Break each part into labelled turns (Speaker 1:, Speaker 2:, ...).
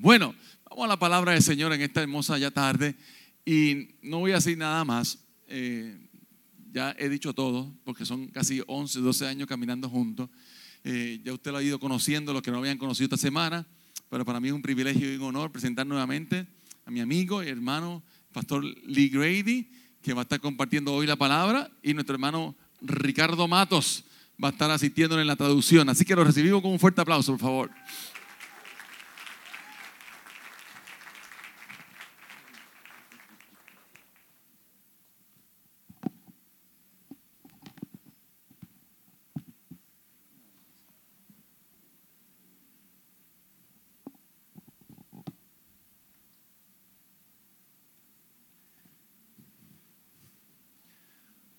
Speaker 1: Bueno, vamos a la palabra del Señor en esta hermosa ya tarde y no voy a decir nada más. eh, ya he dicho todo porque son casi 11, 12 años caminando juntos. Eh, ya usted lo ha ido conociendo, los que no lo habían conocido esta semana, pero para mí es un privilegio y un honor presentar nuevamente a mi amigo y hermano, Pastor Lee Grady, que va a estar compartiendo hoy la palabra, y nuestro hermano Ricardo Matos va a estar asistiendo en la traducción. Así que lo recibimos con un fuerte aplauso, por favor.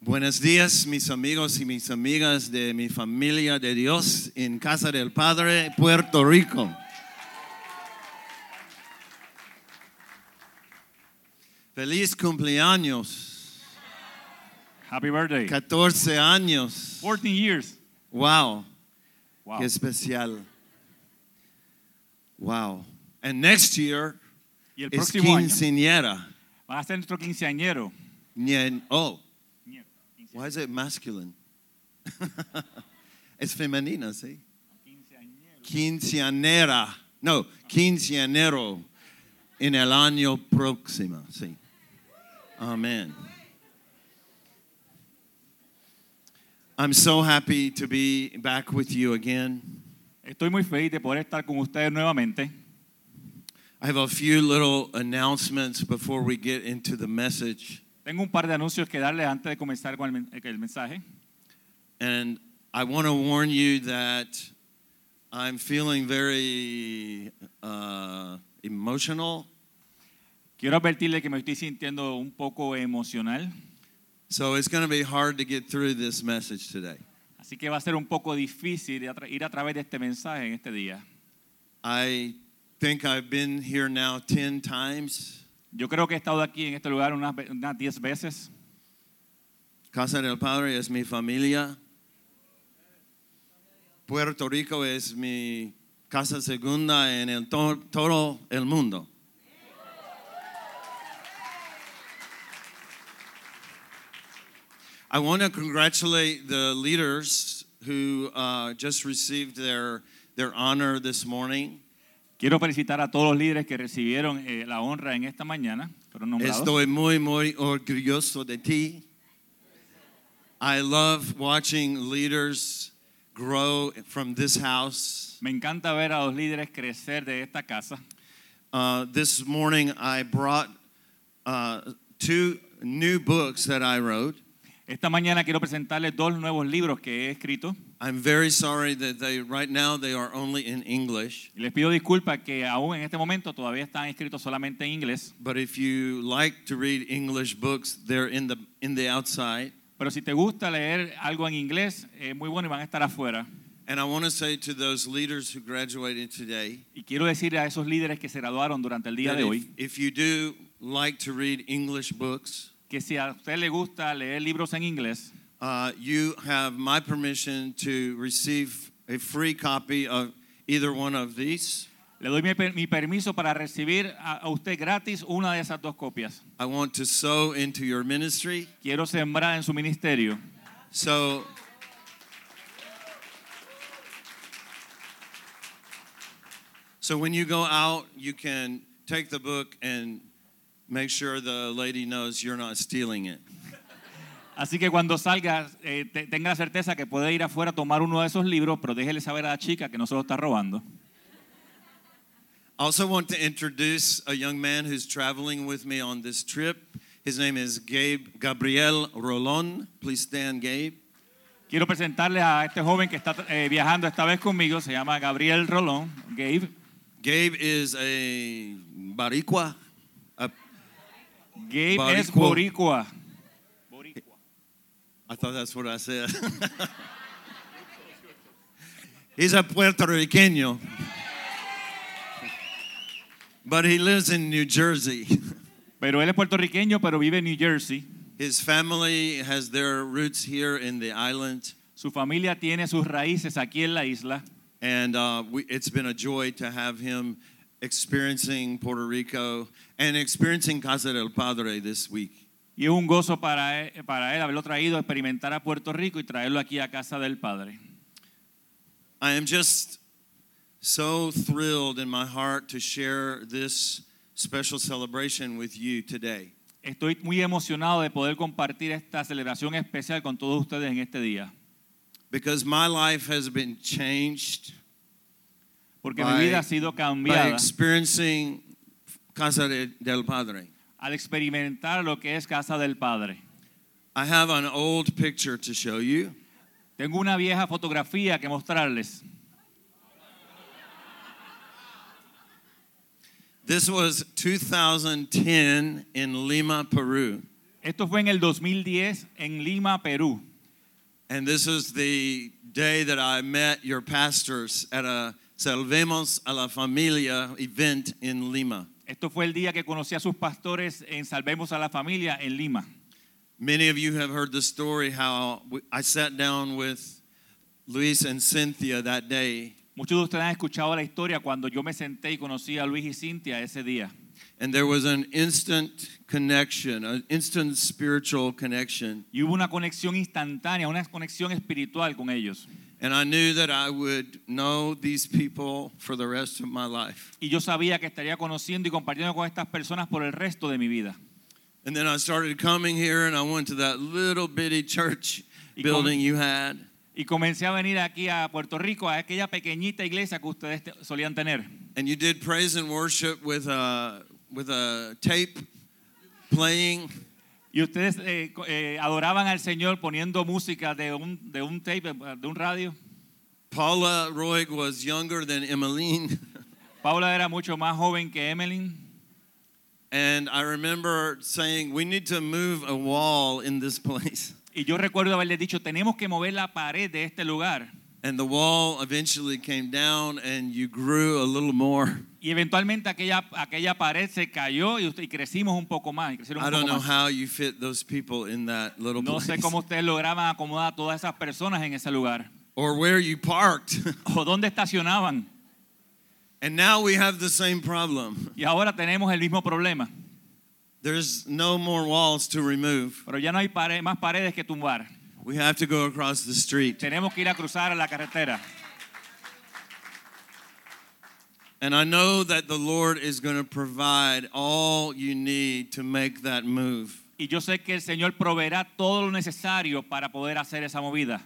Speaker 2: Buenos días, mis amigos y mis amigas de mi familia de Dios en Casa del Padre, Puerto Rico. Feliz cumpleaños,
Speaker 3: Happy birthday.
Speaker 2: 14 años.
Speaker 3: 14 years.
Speaker 2: Wow,
Speaker 3: Wow.
Speaker 2: qué especial. Wow. And next year
Speaker 3: y el
Speaker 2: es
Speaker 3: próximo año
Speaker 2: quinceañera.
Speaker 3: va a ser nuestro quinceañero.
Speaker 2: Ñen- Oh,
Speaker 3: Quinceañero.
Speaker 2: why is it masculine? es femenina, ¿sí?
Speaker 3: Quinceañero.
Speaker 2: quinceanera, no, quinceanero en el año próximo, sí. Amen. I'm so happy to be back with you again.
Speaker 3: Estoy muy feliz de poder estar con ustedes nuevamente.
Speaker 2: I have a few little announcements before we get into the message,
Speaker 3: Tengo un par de anuncios que darles antes de comenzar con el, men- el mensaje.
Speaker 2: and I want to warn you that I'm feeling very uh, emotional.
Speaker 3: Quiero advertirles que me estoy sintiendo un poco emocional,
Speaker 2: So it's going to be hard to get through this message today.
Speaker 3: así que va a ser un poco difícil de atra- ir a través de este mensaje en este día.
Speaker 2: I think I've been here now 10 times.
Speaker 3: Yo creo que he estado aquí en este lugar unas ve- unas 10 veces.
Speaker 2: Casa del Padre es mi familia. Puerto Rico es mi casa segunda en el to- todo el mundo. I want to congratulate the leaders who uh, just received their, their honor this morning.
Speaker 3: Quiero felicitar a todos los líderes que recibieron eh, la honra en esta mañana. Fueron nombrados.
Speaker 2: Estoy muy, muy orgulloso de ti. I love watching leaders grow from this house.
Speaker 3: Me encanta ver a los líderes crecer de esta casa.
Speaker 2: Uh, this morning, I brought uh, two new books that I wrote.
Speaker 3: Esta mañana quiero presentarles dos nuevos libros que he escrito.
Speaker 2: I'm very sorry that they right now they are only in English.
Speaker 3: Y les pido disculpas que aún en este momento todavía están escritos solamente en inglés.
Speaker 2: But if you like to read English books, they're in the in the outside.
Speaker 3: Pero si te gusta leer algo en inglés, es muy bueno y van a estar afuera.
Speaker 2: And I want to say to those leaders who graduated today,
Speaker 3: Y quiero decir a esos líderes que se graduaron durante el día
Speaker 2: that
Speaker 3: de
Speaker 2: if-
Speaker 3: hoy
Speaker 2: if you do like to read English books,
Speaker 3: que si a usted le gusta leer libros en inglés,
Speaker 2: Uh, you have my permission to receive a free copy of either one of these.
Speaker 3: le doy mi, per- mi permiso para recibir a, a usted gratis una de esas dos copias.
Speaker 2: I want to sow into your ministry.
Speaker 3: Quiero sembrar en su ministerio.
Speaker 2: So, so when you go out, you can take the book and make sure the lady knows you're not stealing it.
Speaker 3: Así que cuando salga, eh, te- tenga la certeza que puede ir afuera a tomar uno de esos libros, pero déjele saber a la chica que no se lo está robando.
Speaker 2: I also want to introduce a young man who's traveling with me on this trip. His name is Gabe Gabriel Rolon. Please stand, Gabe.
Speaker 3: Quiero presentarles a este joven que está eh, viajando esta vez conmigo, se llama Gabriel Rolón, Gabe.
Speaker 2: Gabe is a Baricua. I,
Speaker 3: Gabe es
Speaker 2: Boricua.
Speaker 3: boricua.
Speaker 2: I thought that's what I said. He's a Puerto Riqueño. But he lives in New Jersey.
Speaker 3: Pero él es puertorriqueño, pero vive en New Jersey.
Speaker 2: His family has their roots here in the island,
Speaker 3: Su familia tiene sus raíces aquí en la isla
Speaker 2: and uh, we, it's been a joy to have him experiencing Puerto Rico and experiencing Casa del Padre this week.
Speaker 3: Y es un gozo para él, para él haberlo traído, a experimentar a Puerto Rico y traerlo aquí a casa del Padre.
Speaker 2: I am just so thrilled in my heart to share this special celebration with you today.
Speaker 3: Estoy muy emocionado de poder compartir esta celebración especial con todos ustedes en este día.
Speaker 2: because my life has been changed
Speaker 3: Porque
Speaker 2: By-
Speaker 3: mi vida ha sido
Speaker 2: by
Speaker 3: cambiada
Speaker 2: experiencing Casa de- del Padre.
Speaker 3: al experimentar lo que es casa del Padre.
Speaker 2: I have an old picture to show you.
Speaker 3: Tengo una vieja fotografía que mostrarles.
Speaker 2: This was 2010 in Lima, Peru,
Speaker 3: Esto fue en el 2010 en Lima, Perú.
Speaker 2: and this is the day that I met your pastors at a Salvemos a la Familia event in Lima.
Speaker 3: Esto fue el día que conocí a sus pastores en Salvemos a la Familia en Lima.
Speaker 2: Many of you have heard the story how we- I sat down with Luis and Cynthia that day
Speaker 3: Muchos de ustedes han escuchado la historia cuando yo me senté y conocí a Luis y Cintia ese día.
Speaker 2: And there was an instant connection, an instant spiritual connection.
Speaker 3: Y hubo una conexión instantánea, una conexión espiritual con ellos.
Speaker 2: And I knew that I would know these people for the rest of my life.
Speaker 3: Y yo sabía que estaría conociendo y compartiendo con estas personas por el resto de mi vida.
Speaker 2: And then I started coming here and I went to that little bitty church
Speaker 3: Y con-
Speaker 2: building you had.
Speaker 3: Y comencé a venir aquí a Puerto Rico, a aquella pequeñita iglesia que ustedes te- solían tener.
Speaker 2: And you did praise and worship with a, with a tape playing.
Speaker 3: Y ustedes eh, co- eh, adoraban al Señor poniendo música de un, de un tape, de un radio.
Speaker 2: Paula Roig was younger than Emmeline.
Speaker 3: Paula era mucho más joven que Emeline.
Speaker 2: And I remember saying, we need to move a wall in this place.
Speaker 3: Y yo recuerdo haberle dicho, tenemos que mover la pared de este lugar.
Speaker 2: And the wall eventually came down and you grew a little more.
Speaker 3: Y eventualmente aquella, aquella pared se cayó y, usted- y crecimos un poco más. y crecieron
Speaker 2: I
Speaker 3: un
Speaker 2: don't
Speaker 3: poco
Speaker 2: know
Speaker 3: más.
Speaker 2: how you fit those people in that little
Speaker 3: No sé
Speaker 2: place.
Speaker 3: cómo ustedes lograban acomodar a todas esas personas en ese lugar.
Speaker 2: Or where you parked.
Speaker 3: O dónde estacionaban.
Speaker 2: and now we have the same problem.
Speaker 3: Y ahora tenemos el mismo problema.
Speaker 2: There's no more walls to remove.
Speaker 3: Pero ya no hay pare- más paredes que tumbar.
Speaker 2: We have to go across the street.
Speaker 3: Tenemos que ir a cruzar a la carretera.
Speaker 2: And I know that the Lord is going to provide all you need to make that move.
Speaker 3: Y yo sé que el Señor proveerá todo lo necesario para poder hacer esa movida.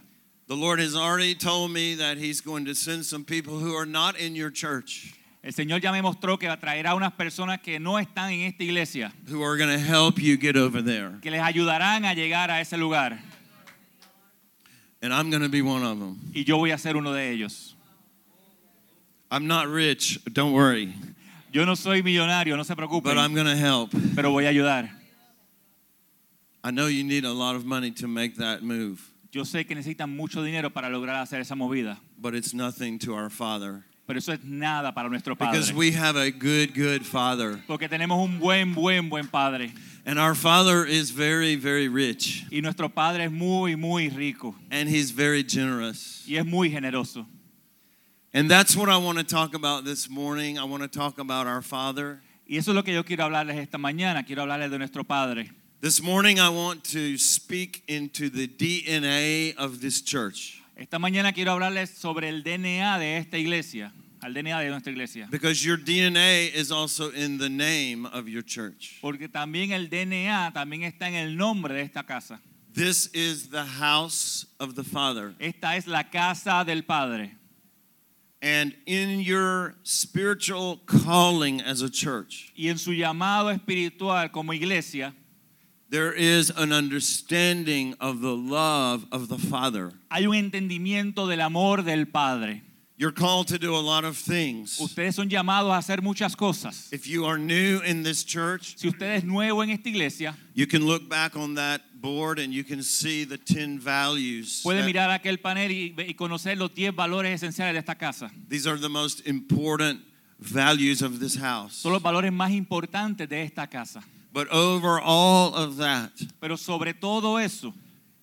Speaker 2: The Lord has already told me that He's going to send some people who are not in your church
Speaker 3: El Señor ya me mostró que atraerá unas personas que no están en esta iglesia,
Speaker 2: who are going to help you get over there.
Speaker 3: que les ayudarán a llegar a ese lugar.
Speaker 2: And I'm going to be one of them.
Speaker 3: Y yo voy a ser uno de ellos.
Speaker 2: I'm not rich, don't worry,
Speaker 3: Yo no soy millonario, no se preocupen,
Speaker 2: but I'm going to help.
Speaker 3: pero voy a ayudar.
Speaker 2: I know you need a lot of money to make that move,
Speaker 3: Yo sé que necesitan mucho dinero para lograr hacer esa movida,
Speaker 2: but it's nothing to our Father
Speaker 3: pero eso es nada para nuestro Padre.
Speaker 2: because we have a good, good Father.
Speaker 3: Porque tenemos un buen, buen, buen Padre.
Speaker 2: And our Father is very, very rich
Speaker 3: Y nuestro Padre es muy, muy rico
Speaker 2: and He's very generous.
Speaker 3: y es muy generoso.
Speaker 2: And that's what I want to talk about this morning. I want to talk about our Father.
Speaker 3: Y eso es lo que yo quiero hablarles esta mañana, quiero hablarles de nuestro Padre.
Speaker 2: This morning, I want to speak into the DNA of this church
Speaker 3: Esta mañana quiero hablarles sobre el DNA de esta iglesia, al DNA de nuestra iglesia.
Speaker 2: because your DNA is also in the name of your church.
Speaker 3: Porque también el DNA también está en el nombre de esta casa.
Speaker 2: This is the house of the Father.
Speaker 3: Esta es la casa del Padre.
Speaker 2: And in your spiritual calling as a church,
Speaker 3: Y en su llamado espiritual como iglesia,
Speaker 2: there is an understanding of the love of the Father.
Speaker 3: hay un entendimiento del amor del Padre.
Speaker 2: You're called to do a lot of things.
Speaker 3: Ustedes son llamados a hacer muchas cosas.
Speaker 2: If you are new in this church,
Speaker 3: Si usted es nuevo en esta iglesia,
Speaker 2: you can look back on that board and you can see the 10 values.
Speaker 3: puede
Speaker 2: that-
Speaker 3: mirar aquel panel y, ve- y conocer los 10 valores esenciales de esta casa.
Speaker 2: these are the most important values of this house.
Speaker 3: Son los valores más importantes de esta casa.
Speaker 2: But over all of that
Speaker 3: Pero sobre todo eso,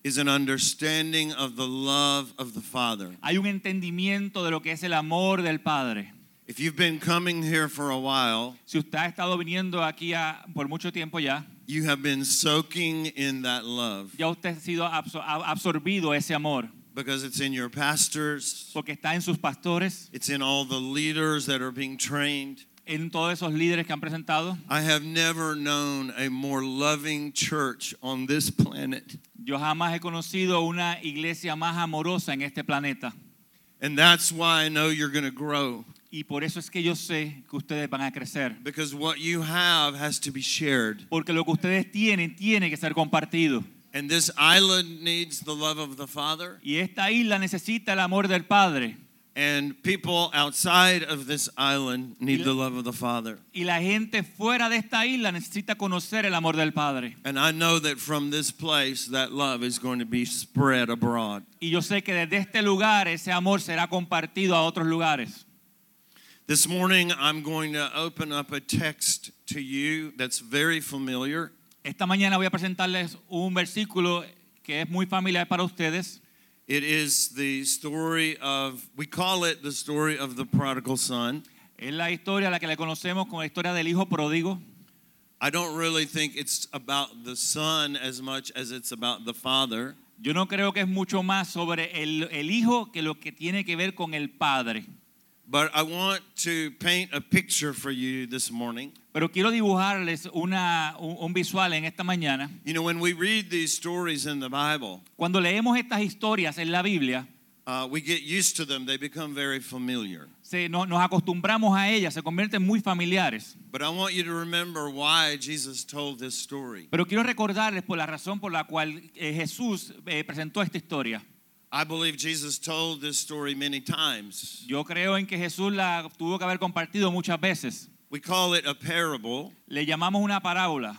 Speaker 2: is an understanding of the love of the Father.
Speaker 3: hay un entendimiento de lo que es el amor del Padre.
Speaker 2: If you've been coming here for a while,
Speaker 3: Si usted ha estado viniendo aquí a- por mucho tiempo ya,
Speaker 2: you have been soaking in that love
Speaker 3: ya usted ha sido absor- ha absorbido ese amor,
Speaker 2: because it's in your pastors,
Speaker 3: porque está en sus pastores,
Speaker 2: it's in all the leaders that are being trained.
Speaker 3: en todos esos líderes que han presentado.
Speaker 2: I have never known a more loving church on this planet.
Speaker 3: Yo jamás he conocido una iglesia más amorosa en este planeta.
Speaker 2: And that's why I know you're going to grow
Speaker 3: Y por eso es que yo sé que ustedes van a crecer.
Speaker 2: because what you have has to be shared.
Speaker 3: Porque lo que ustedes tienen tiene que ser compartido.
Speaker 2: And this island needs the love of the Father.
Speaker 3: Y esta isla necesita el amor del Padre.
Speaker 2: And people outside of this island need the love of the Father.
Speaker 3: Y la gente fuera de esta isla necesita conocer el amor del Padre.
Speaker 2: And I know that from this place, that love is going to be spread abroad.
Speaker 3: Y yo sé que desde este lugar ese amor será compartido a otros lugares.
Speaker 2: This morning, I'm going to open up a text to you that's very familiar.
Speaker 3: Esta mañana voy a presentarles un versículo que es muy familiar para ustedes.
Speaker 2: It is the story of, we call it the story of the prodigal son.
Speaker 3: Es la historia a la que le conocemos como la historia del hijo pródigo.
Speaker 2: I don't really think it's about the son as much as it's about the father.
Speaker 3: Yo no creo que es mucho más sobre el, el hijo que lo que tiene que ver con el padre.
Speaker 2: But I want to paint a picture for you this morning.
Speaker 3: Pero quiero dibujarles una, un, un visual en esta mañana.
Speaker 2: You know, when we read these stories in the Bible,
Speaker 3: Cuando leemos estas historias en la Biblia,
Speaker 2: uh, we get used to them, they become very familiar.
Speaker 3: se- no- nos acostumbramos a ellas, se convierten muy familiares.
Speaker 2: But I want you to remember why Jesus told this story.
Speaker 3: Pero quiero recordarles por la razón por la cual eh, Jesús eh, presentó esta historia.
Speaker 2: I believe Jesus told this story many times.
Speaker 3: Yo creo en que Jesús la tuvo que haber compartido muchas veces.
Speaker 2: We call it a parable,
Speaker 3: Le llamamos una parábola.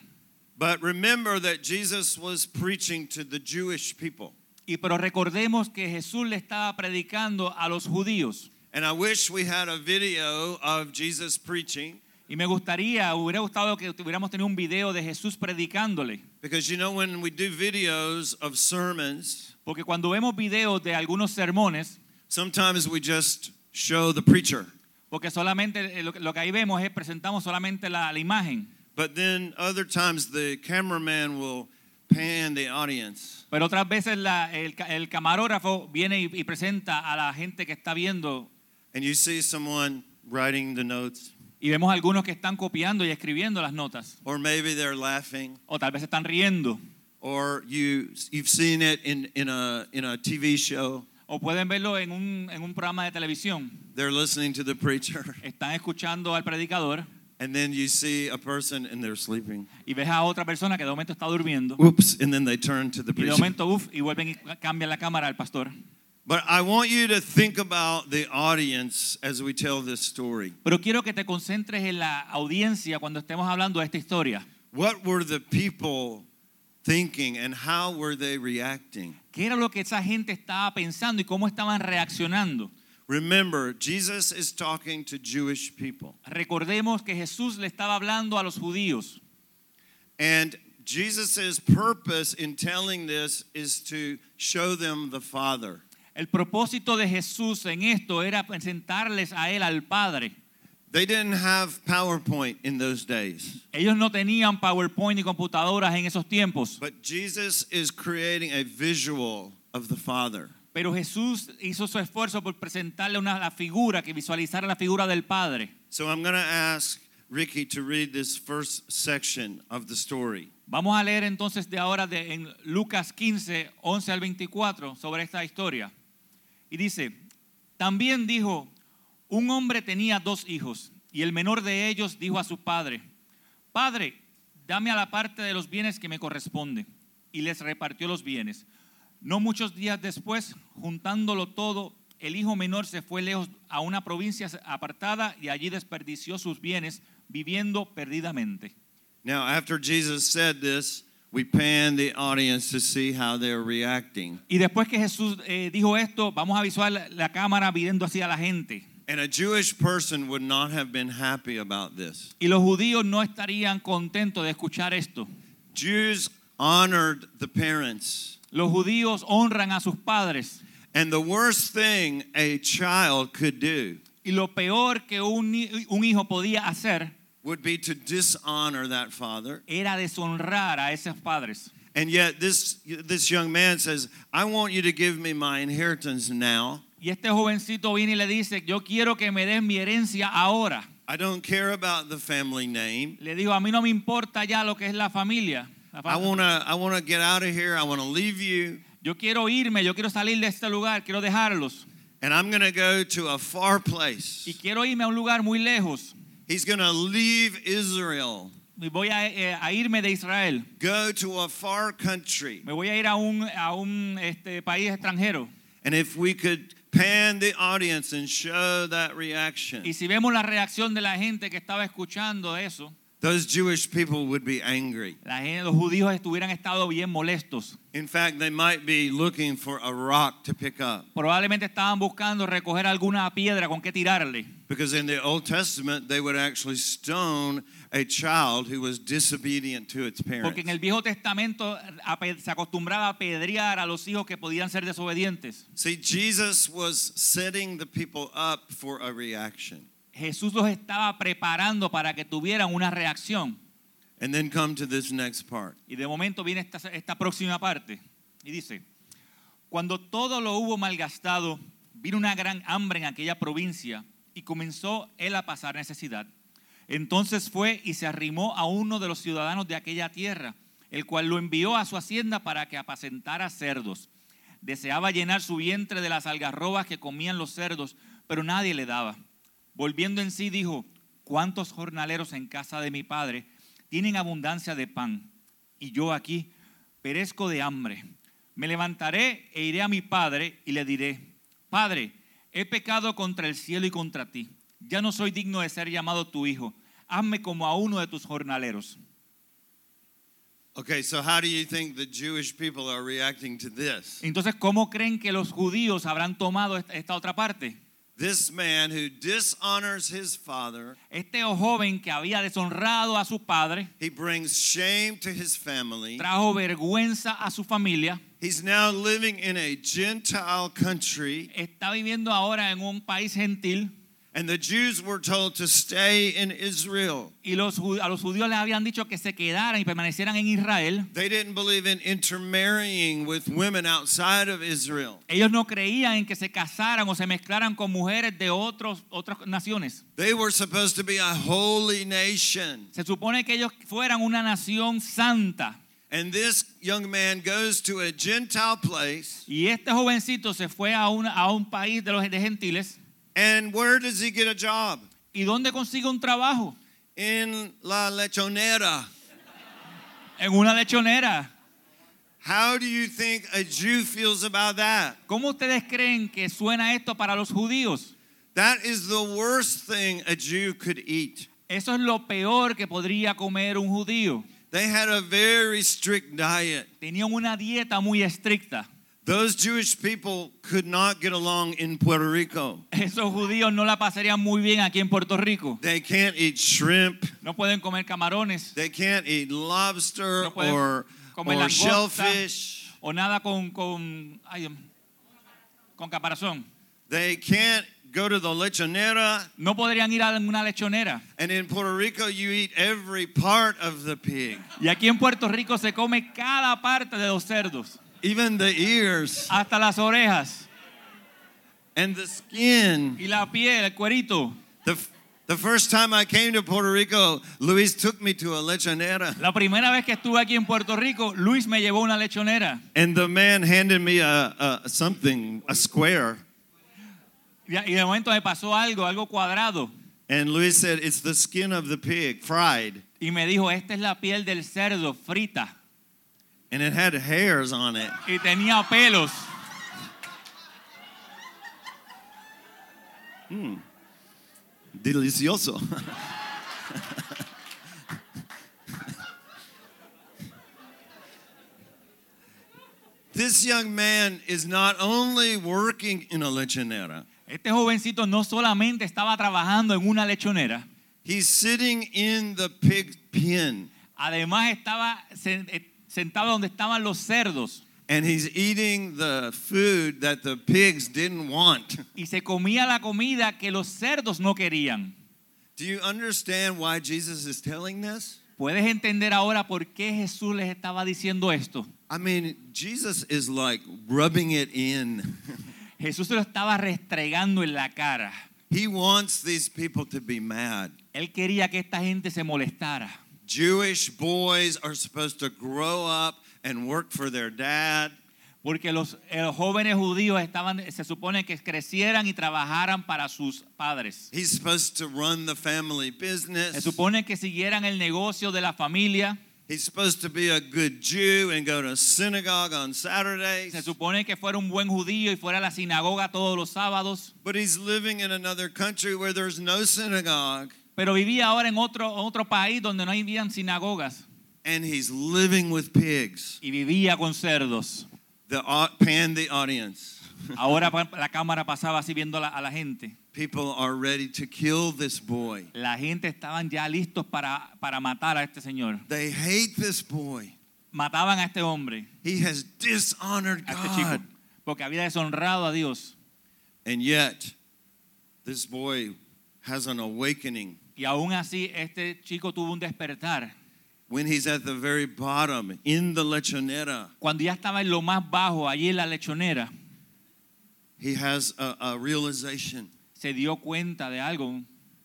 Speaker 2: but remember that Jesus was preaching to the Jewish people.
Speaker 3: Y pero recordemos que Jesús le estaba predicando a los judíos.
Speaker 2: And I wish we had a video of Jesus preaching
Speaker 3: Y me gustaría, hubiera gustado que hubiéramos tenido un video de Jesús predicándole.
Speaker 2: because you know when we do videos of sermons,
Speaker 3: Porque cuando vemos videos de algunos sermones,
Speaker 2: sometimes we just show the preacher.
Speaker 3: porque solamente eh, lo, lo que ahí vemos es presentamos solamente la, la imagen.
Speaker 2: But then other times the cameraman will pan the audience.
Speaker 3: Pero otras veces la- el, ca- el camarógrafo viene y, y presenta a la gente que está viendo
Speaker 2: And you see someone writing the notes,
Speaker 3: y vemos algunos que están copiando y escribiendo las notas.
Speaker 2: or maybe they're laughing,
Speaker 3: O tal vez están riendo.
Speaker 2: or you, you've seen it in, in, a, in a TV show.
Speaker 3: O pueden verlo en un, en un programa de televisión.
Speaker 2: They're listening to the preacher,
Speaker 3: Están escuchando al predicador
Speaker 2: and then you see a person and they're sleeping.
Speaker 3: y ves a otra persona que de momento está durmiendo.
Speaker 2: Oops, and then they turn to the
Speaker 3: Y de
Speaker 2: preacher.
Speaker 3: momento, uff, y vuelven y cambian la cámara al pastor.
Speaker 2: But I want you to think about the audience as we tell this story.
Speaker 3: Pero quiero que te concentres en la audiencia cuando estemos hablando de esta historia.
Speaker 2: What were the people thinking, and how were they reacting?
Speaker 3: ¿Qué era lo que esa gente estaba pensando y cómo estaban reaccionando?
Speaker 2: Remember, Jesus is talking to Jewish people.
Speaker 3: Recordemos que Jesús le estaba hablando a los judíos
Speaker 2: And Jesus' purpose in telling this is to show them the Father.
Speaker 3: El propósito de Jesús en esto era presentarles a Él, al Padre.
Speaker 2: They didn't have PowerPoint in those days,
Speaker 3: Ellos no tenían PowerPoint ni computadoras en esos tiempos,
Speaker 2: but Jesus is creating a visual of the Father.
Speaker 3: pero Jesús hizo su esfuerzo por presentarle una la figura, que visualizara la figura del Padre.
Speaker 2: So I'm going to ask Ricky to read this first section of the story.
Speaker 3: Vamos a leer entonces de ahora de, en Lucas 15, 11 al 24 sobre esta historia. Y dice, también dijo, un hombre tenía dos hijos y el menor de ellos dijo a su padre, Padre, dame a la parte de los bienes que me corresponde. Y les repartió los bienes. No muchos días después, juntándolo todo, el hijo menor se fue lejos a una provincia apartada y allí desperdició sus bienes viviendo perdidamente.
Speaker 2: Now, after Jesus said this, we pan the audience to see how they're reacting.
Speaker 3: Y después que Jesús eh, dijo esto, vamos a visual la, la cámara viendo así a la gente.
Speaker 2: And a Jewish person would not have been happy about this.
Speaker 3: Y los judíos no estarían contentos de escuchar esto.
Speaker 2: Jews honored the parents.
Speaker 3: Los judíos honran a sus padres.
Speaker 2: And the worst thing a child could do
Speaker 3: Y lo peor que un, ni- un hijo podía hacer
Speaker 2: would be to dishonor that father.
Speaker 3: era deshonrar a esos padres.
Speaker 2: And yet this this young man says, "I want you to give me my inheritance now.
Speaker 3: Y este jovencito viene y le dice, yo quiero que me des mi herencia ahora.
Speaker 2: I don't care about the family name.
Speaker 3: Le digo, a mí no me importa ya lo que es la familia. La fa-
Speaker 2: I want to I want to get out of here. I want to leave you,
Speaker 3: Yo quiero irme, yo quiero salir de este lugar, quiero dejarlos.
Speaker 2: and I'm going to go to a far
Speaker 3: Y
Speaker 2: place."
Speaker 3: quiero irme a un lugar muy lejos.
Speaker 2: He's going to leave Israel,
Speaker 3: Y voy a, eh, a irme de Israel.
Speaker 2: go to a far country.
Speaker 3: Me voy a ir a un, a un este, país extranjero.
Speaker 2: And if we could pan the audience and show that reaction,
Speaker 3: Y si vemos la reacción de la gente que estaba escuchando eso,
Speaker 2: those Jewish people would be angry.
Speaker 3: la gente, los judíos estuvieran estado bien molestos.
Speaker 2: In fact, they might be looking for a rock to pick up
Speaker 3: Probablemente estaban buscando recoger alguna piedra con que tirarle.
Speaker 2: because in the Old Testament they would actually stone a child who was disobedient to its
Speaker 3: Porque en el
Speaker 2: parents.
Speaker 3: Viejo Testamento ape- se acostumbraba a apedrear a los hijos que podían ser desobedientes.
Speaker 2: See, Jesus was setting the people up for a reaction.
Speaker 3: Jesús los estaba preparando para que tuvieran una reacción.
Speaker 2: And then come to this next part.
Speaker 3: Y de momento viene esta, esta próxima parte. Y dice, cuando todo lo hubo malgastado, vino una gran hambre en aquella provincia y comenzó él a pasar necesidad. Entonces fue y se arrimó a uno de los ciudadanos de aquella tierra, el cual lo envió a su hacienda para que apacentara cerdos. Deseaba llenar su vientre de las algarrobas que comían los cerdos, pero nadie le daba. Volviendo en sí dijo, ¿cuántos jornaleros en casa de mi padre tienen abundancia de pan? Y yo aquí perezco de hambre. Me levantaré e iré a mi padre y le diré, Padre, he pecado contra el cielo y contra ti. Ya no soy digno de ser llamado tu hijo. Hazme como a uno de tus jornaleros.
Speaker 2: Okay, so how do you think the Jewish people are reacting to this?
Speaker 3: Entonces, ¿cómo creen que los judíos habrán tomado esta- esta otra parte?
Speaker 2: This man who dishonors his father,
Speaker 3: Este joven que había deshonrado a su padre,
Speaker 2: he brings shame to his family.
Speaker 3: trajo vergüenza a su familia,
Speaker 2: He's now living in a Gentile country,
Speaker 3: está viviendo ahora en un país gentil
Speaker 2: and the Jews were told to stay in Israel.
Speaker 3: y los, ju- a los judíos les habían dicho que se quedaran y permanecieran en Israel.
Speaker 2: They didn't believe in intermarrying with women outside of Israel.
Speaker 3: Ellos no creían en que se casaran o se mezclaran con mujeres de otros, otras naciones.
Speaker 2: They were supposed to be a holy nation.
Speaker 3: Se supone que ellos fueran una nación santa.
Speaker 2: And this young man goes to a Gentile place,
Speaker 3: Y este jovencito se fue a, una- a un país de los de gentiles.
Speaker 2: and where does he get a job?
Speaker 3: ¿Y dónde consigue un trabajo?
Speaker 2: In La Lechonera.
Speaker 3: En una lechonera.
Speaker 2: How do you think a Jew feels about that?
Speaker 3: ¿Cómo ustedes creen que suena esto para los judíos?
Speaker 2: That is the worst thing a Jew could eat.
Speaker 3: Eso es lo peor que podría comer un judío.
Speaker 2: They had a very strict diet.
Speaker 3: Tenían una dieta muy estricta.
Speaker 2: Those Jewish people could not get along in Puerto Rico.
Speaker 3: Esos judíos no la pasarían muy bien aquí en Puerto Rico.
Speaker 2: They can't eat shrimp.
Speaker 3: No pueden comer camarones
Speaker 2: They can't eat lobster
Speaker 3: No pueden
Speaker 2: or,
Speaker 3: comer
Speaker 2: or
Speaker 3: langosta.
Speaker 2: shellfish.
Speaker 3: o nada con con ay, con caparazón.
Speaker 2: They can't go to the lechonera.
Speaker 3: No podrían ir a una lechonera.
Speaker 2: And in Puerto Rico, you eat every part of the pig,
Speaker 3: Y aquí en Puerto Rico se come cada parte de los cerdos,
Speaker 2: even the ears
Speaker 3: hasta las orejas
Speaker 2: and the skin.
Speaker 3: y la piel, el cuerito.
Speaker 2: The, f- the first time I came to Puerto Rico, Luis took me to a lechonera.
Speaker 3: La primera vez que estuve aquí en Puerto Rico, Luis me llevó a una lechonera.
Speaker 2: And the man handed me a, a something, a square.
Speaker 3: Y y de momento me pasó algo, algo cuadrado.
Speaker 2: And Luis said, It's the skin of the pig, fried.
Speaker 3: Y me dijo, esta es la piel del cerdo frita.
Speaker 2: And it had hairs on it.
Speaker 3: Y tenía pelos.
Speaker 2: Delicioso. this young man is not only working in a lechonera,
Speaker 3: Este jovencito no solamente estaba trabajando en una lechonera,
Speaker 2: he's sitting in the pig pen.
Speaker 3: además estaba sen- eh, sentado donde estaban los cerdos.
Speaker 2: and he's eating the food that the pigs didn't want.
Speaker 3: y se comía la comida que los cerdos no querían.
Speaker 2: Do you understand why Jesus is telling this?
Speaker 3: ¿Puedes entender ahora por qué Jesús les estaba diciendo esto?
Speaker 2: I mean, Jesus is like rubbing it in.
Speaker 3: Jesús se lo estaba restregando en la cara.
Speaker 2: He wants these people to be mad.
Speaker 3: Él quería que esta gente se molestara.
Speaker 2: Jewish boys are supposed to grow up and work for their dad.
Speaker 3: Porque los eh, jóvenes judíos estaban, se supone que crecieran y trabajaran para sus padres.
Speaker 2: He's supposed to run the family
Speaker 3: Se
Speaker 2: business.
Speaker 3: supone que siguieran el negocio de la familia.
Speaker 2: He's supposed to be a good Jew and go to synagogue on
Speaker 3: Se
Speaker 2: Saturdays.
Speaker 3: supone que fuera un buen judío y fuera a la sinagoga todos los sábados.
Speaker 2: But he's living in another country where there's no synagogue
Speaker 3: Pero vivía ahora en otro, otro país donde no habían sinagogas.
Speaker 2: and he's living with pigs.
Speaker 3: Y vivía con cerdos.
Speaker 2: The au- pan the audience.
Speaker 3: Ahora pa- la cámara pasaba así viendo a la, a la gente.
Speaker 2: People are ready to kill this boy.
Speaker 3: La gente estaban ya listos para, para matar a este señor.
Speaker 2: They hate this boy.
Speaker 3: Mataban a este hombre,
Speaker 2: He has dishonored
Speaker 3: a este chico,
Speaker 2: God.
Speaker 3: porque había deshonrado a Dios.
Speaker 2: And yet, this boy has an awakening.
Speaker 3: Y aún así este chico tuvo un despertar.
Speaker 2: When he's at the very bottom in the lechonera,
Speaker 3: Cuando ya estaba en lo más bajo, allí en la lechonera,
Speaker 2: he has a, a realization
Speaker 3: se dio cuenta de algo.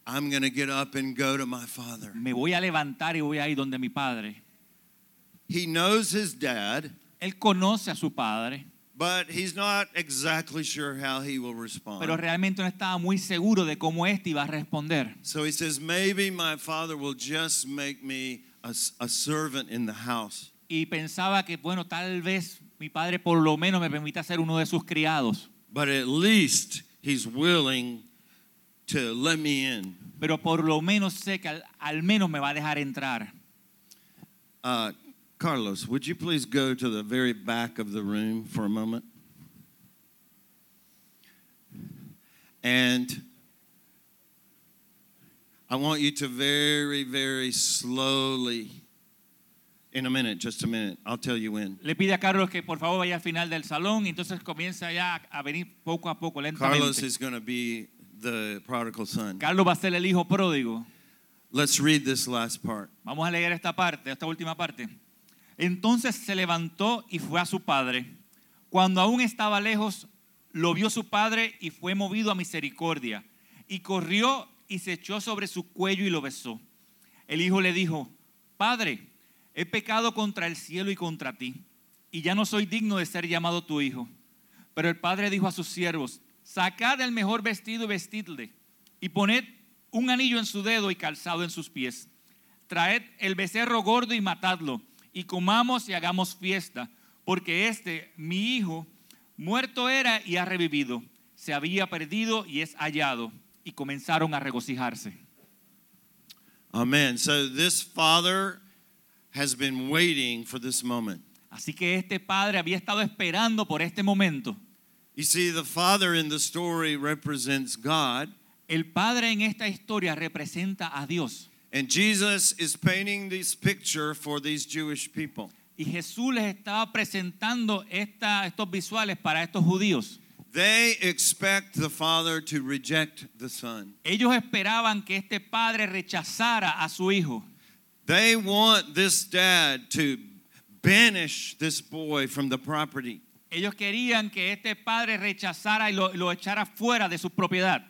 Speaker 2: I'm going to get up and go to my father.
Speaker 3: Me voy a levantar y voy a ir donde mi padre.
Speaker 2: He knows his dad,
Speaker 3: Él conoce a su padre,
Speaker 2: but he's not exactly sure how he will respond.
Speaker 3: pero realmente no estaba muy seguro de cómo este iba a responder.
Speaker 2: so he says, Maybe my father will just make me a, s- a servant in the house.
Speaker 3: Y pensaba que, bueno, tal vez mi padre por lo menos me permita ser uno de sus criados.
Speaker 2: But at least he's willing to let me in.
Speaker 3: Pero por lo menos sé que al, al menos me va a dejar entrar.
Speaker 2: Uh, Carlos, would you please go to the very back of the room for a moment? And I want you to very, very slowly, in a minute, just a minute, I'll tell you when.
Speaker 3: Le pide a Carlos que por favor vaya al final del salón y entonces comienza ya a venir poco a poco, lentamente.
Speaker 2: Carlos is going to be the prodigal son.
Speaker 3: Carlos va a ser el hijo pródigo.
Speaker 2: Let's read this last part.
Speaker 3: Vamos a leer esta parte, esta última parte. Entonces se levantó y fue a su padre. Cuando aún estaba lejos, lo vio su padre y fue movido a misericordia. Y corrió y se echó sobre su cuello y lo besó. El hijo le dijo, Padre, he pecado contra el cielo y contra ti, y ya no soy digno de ser llamado tu hijo. Pero el padre dijo a sus siervos, sacad el mejor vestido y vestidle, y poned un anillo en su dedo y calzado en sus pies. Traed el becerro gordo y matadlo, y comamos y hagamos fiesta, porque este, mi hijo, muerto era y ha revivido, se había perdido y es hallado. Y comenzaron a regocijarse.
Speaker 2: Amen. So this father has been waiting for this moment.
Speaker 3: Así que este padre había estado esperando por este momento.
Speaker 2: You see, the father in the story represents God,
Speaker 3: El padre en esta historia representa a Dios.
Speaker 2: and Jesus is painting this picture for these Jewish people.
Speaker 3: Y Jesús les estaba presentando esta- estos visuales para estos judíos.
Speaker 2: They expect the father to reject the son.
Speaker 3: Ellos esperaban que este padre rechazara a su hijo.
Speaker 2: They want this dad to banish this boy from the property.
Speaker 3: Ellos querían que este padre rechazara y lo, lo echara fuera de su propiedad.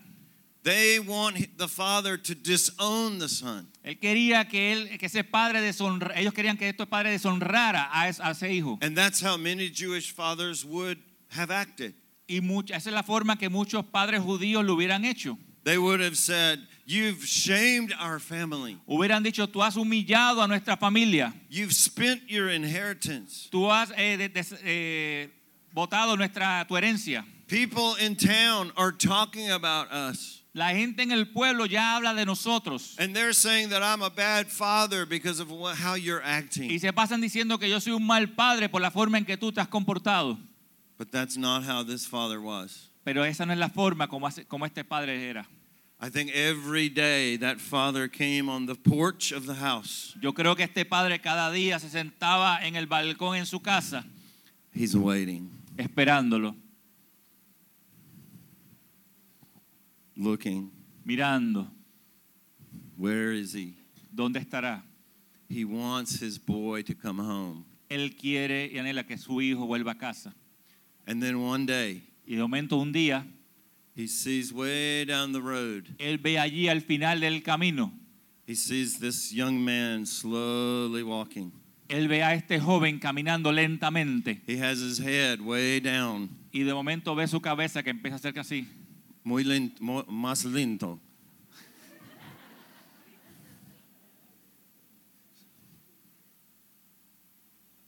Speaker 2: They want the father to disown the son.
Speaker 3: Él quería que, él, que ese padre deshonra, ellos querían que este padre deshonrara a, es- a ese hijo.
Speaker 2: And that's how many Jewish fathers would have acted.
Speaker 3: Y mucha- esa es la forma que muchos padres judíos lo hubieran hecho.
Speaker 2: They would have said, You've shamed our family.
Speaker 3: Hubieran dicho, tú has humillado a nuestra familia,
Speaker 2: You've spent your inheritance.
Speaker 3: tú has eh, de- des- eh, botado nuestra, tu herencia.
Speaker 2: People in town are talking about us.
Speaker 3: La gente en el pueblo ya habla de nosotros
Speaker 2: And they're saying that I'm a bad father because of wha- how you're
Speaker 3: y
Speaker 2: acting.
Speaker 3: se pasan diciendo que yo soy un mal padre por la forma en que tú te has comportado.
Speaker 2: But that's not how this father was.
Speaker 3: Pero esa no es la forma como, hace- como este padre era.
Speaker 2: I think every day that father came on the porch of the house.
Speaker 3: Yo creo que este padre cada día se sentaba en el balcón en su casa
Speaker 2: He's waiting,
Speaker 3: esperándolo,
Speaker 2: looking.
Speaker 3: mirando
Speaker 2: Where is he?
Speaker 3: dónde estará.
Speaker 2: He wants his boy to come home.
Speaker 3: Él quiere y anhela que su hijo vuelva a casa.
Speaker 2: And then one day,
Speaker 3: Y de momento un día,
Speaker 2: he sees way down the road,
Speaker 3: él ve allí al final del camino,
Speaker 2: he sees this young man slowly walking.
Speaker 3: él ve a este joven caminando lentamente
Speaker 2: He has his head way down,
Speaker 3: y de momento ve su cabeza que empieza a hacer que así.
Speaker 2: muy lento, mo- más lento.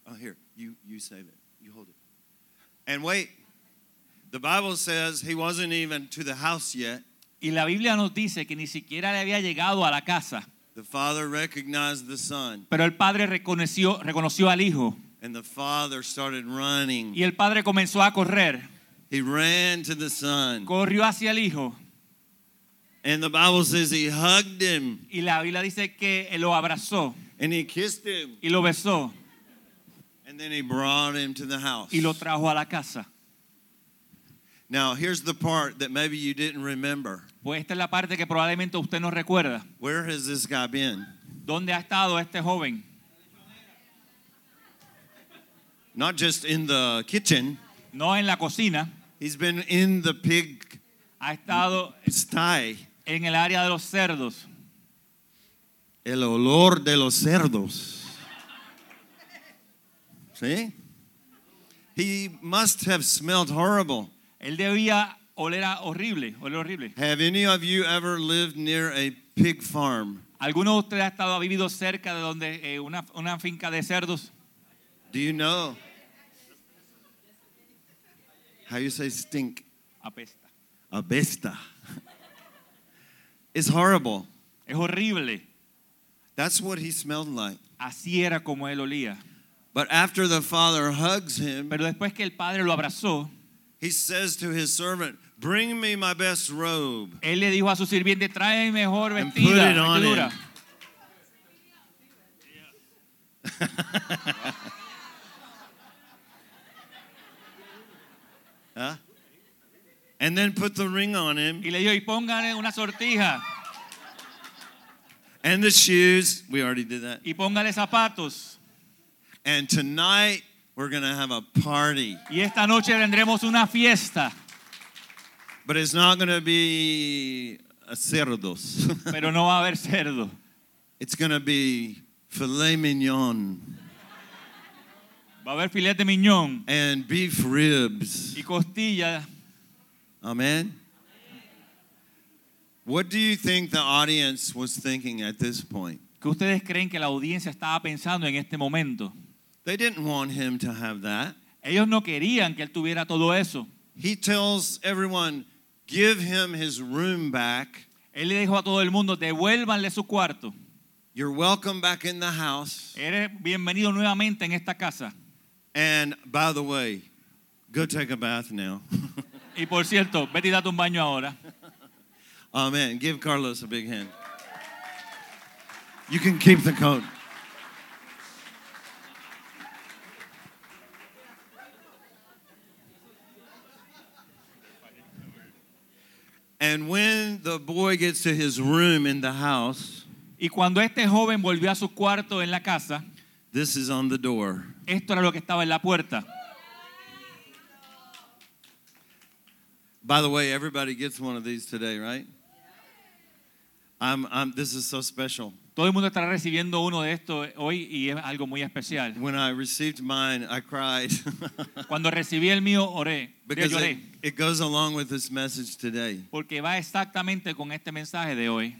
Speaker 2: Oh, here, you, you save it. You hold it. And wait, the Bible says he wasn't even to the house yet.
Speaker 3: Y la Biblia nos dice que ni siquiera le había llegado a la casa,
Speaker 2: The father recognized the son,
Speaker 3: pero el padre reconoció, reconoció al hijo
Speaker 2: and the father started running.
Speaker 3: y el padre comenzó a correr,
Speaker 2: He ran to the son,
Speaker 3: corrió hacia el hijo
Speaker 2: and the Bible says he hugged him
Speaker 3: y la Biblia dice que lo abrazó
Speaker 2: and he kissed him,
Speaker 3: y lo besó
Speaker 2: and then he brought him to the house.
Speaker 3: y lo trajo a la casa.
Speaker 2: Now, here's the part that maybe you didn't remember.
Speaker 3: Pues esta es la parte que probablemente usted no recuerda.
Speaker 2: Where has this guy been?
Speaker 3: ¿Dónde ha estado este joven?
Speaker 2: Not just in the kitchen,
Speaker 3: No en la cocina,
Speaker 2: he's been in the pig
Speaker 3: ha estado
Speaker 2: sty.
Speaker 3: en el área de los cerdos.
Speaker 2: El olor de los cerdos. See? He must have smelled horrible.
Speaker 3: Él debía oler a horrible, oler horrible.
Speaker 2: Have any of you ever lived near a pig farm?
Speaker 3: ¿Alguno de ustedes ha estado ha vivido cerca de donde eh, una, una finca de cerdos?
Speaker 2: Do you know? How you say stink?
Speaker 3: Apesta.
Speaker 2: A besta. It's horrible.
Speaker 3: Es horrible.
Speaker 2: That's what he smelled like.
Speaker 3: Así era como él olía.
Speaker 2: But after the father hugs him,
Speaker 3: Pero después que el padre lo abrazó,
Speaker 2: he says to his servant, Bring me my best robe.
Speaker 3: él le dijo a su sirviente, trae mi mejor
Speaker 2: And
Speaker 3: vestida,
Speaker 2: put it on
Speaker 3: vestidura".
Speaker 2: him. And then put the ring on him
Speaker 3: Y le dijo, y póngale una sortija,
Speaker 2: and the shoes. We already did that.
Speaker 3: y póngale zapatos.
Speaker 2: And tonight, we're going to have a party.
Speaker 3: Y esta noche tendremos una fiesta,
Speaker 2: But it's not going to be a cerdos,
Speaker 3: pero no va a haber cerdo.
Speaker 2: it's going to be filet mignon
Speaker 3: Va a haber filete miñón
Speaker 2: and beef ribs.
Speaker 3: y costilla.
Speaker 2: Amen. What do you think the audience was thinking at this point?
Speaker 3: ¿Qué ustedes creen que la audiencia estaba pensando en este momento?
Speaker 2: They didn't want him to have that.
Speaker 3: Ellos no querían que él tuviera todo eso.
Speaker 2: He tells everyone, give him his room back.
Speaker 3: Él le dijo a todo el mundo, devuélvanle su cuarto.
Speaker 2: You're welcome back in the house.
Speaker 3: Eres bienvenido nuevamente en esta casa.
Speaker 2: And by the way, go take a bath now.
Speaker 3: Y por cierto, vete y date un baño ahora.
Speaker 2: Amen. Oh, Give Carlos a big hand. You can keep the coat. And when the boy gets to his room in the house,
Speaker 3: Y cuando este joven volvió a su cuarto en la casa,
Speaker 2: this is on the door.
Speaker 3: esto era lo que estaba en la puerta.
Speaker 2: By the way, everybody gets one of these today, right? I'm, I'm, this is so special.
Speaker 3: Todo el mundo está recibiendo uno de estos hoy y es algo muy especial.
Speaker 2: When I received mine, I cried.
Speaker 3: Cuando recibí el mío, oré. Yo
Speaker 2: Because it,
Speaker 3: lloré.
Speaker 2: it goes along with this message today.
Speaker 3: Porque va exactamente con este mensaje de hoy.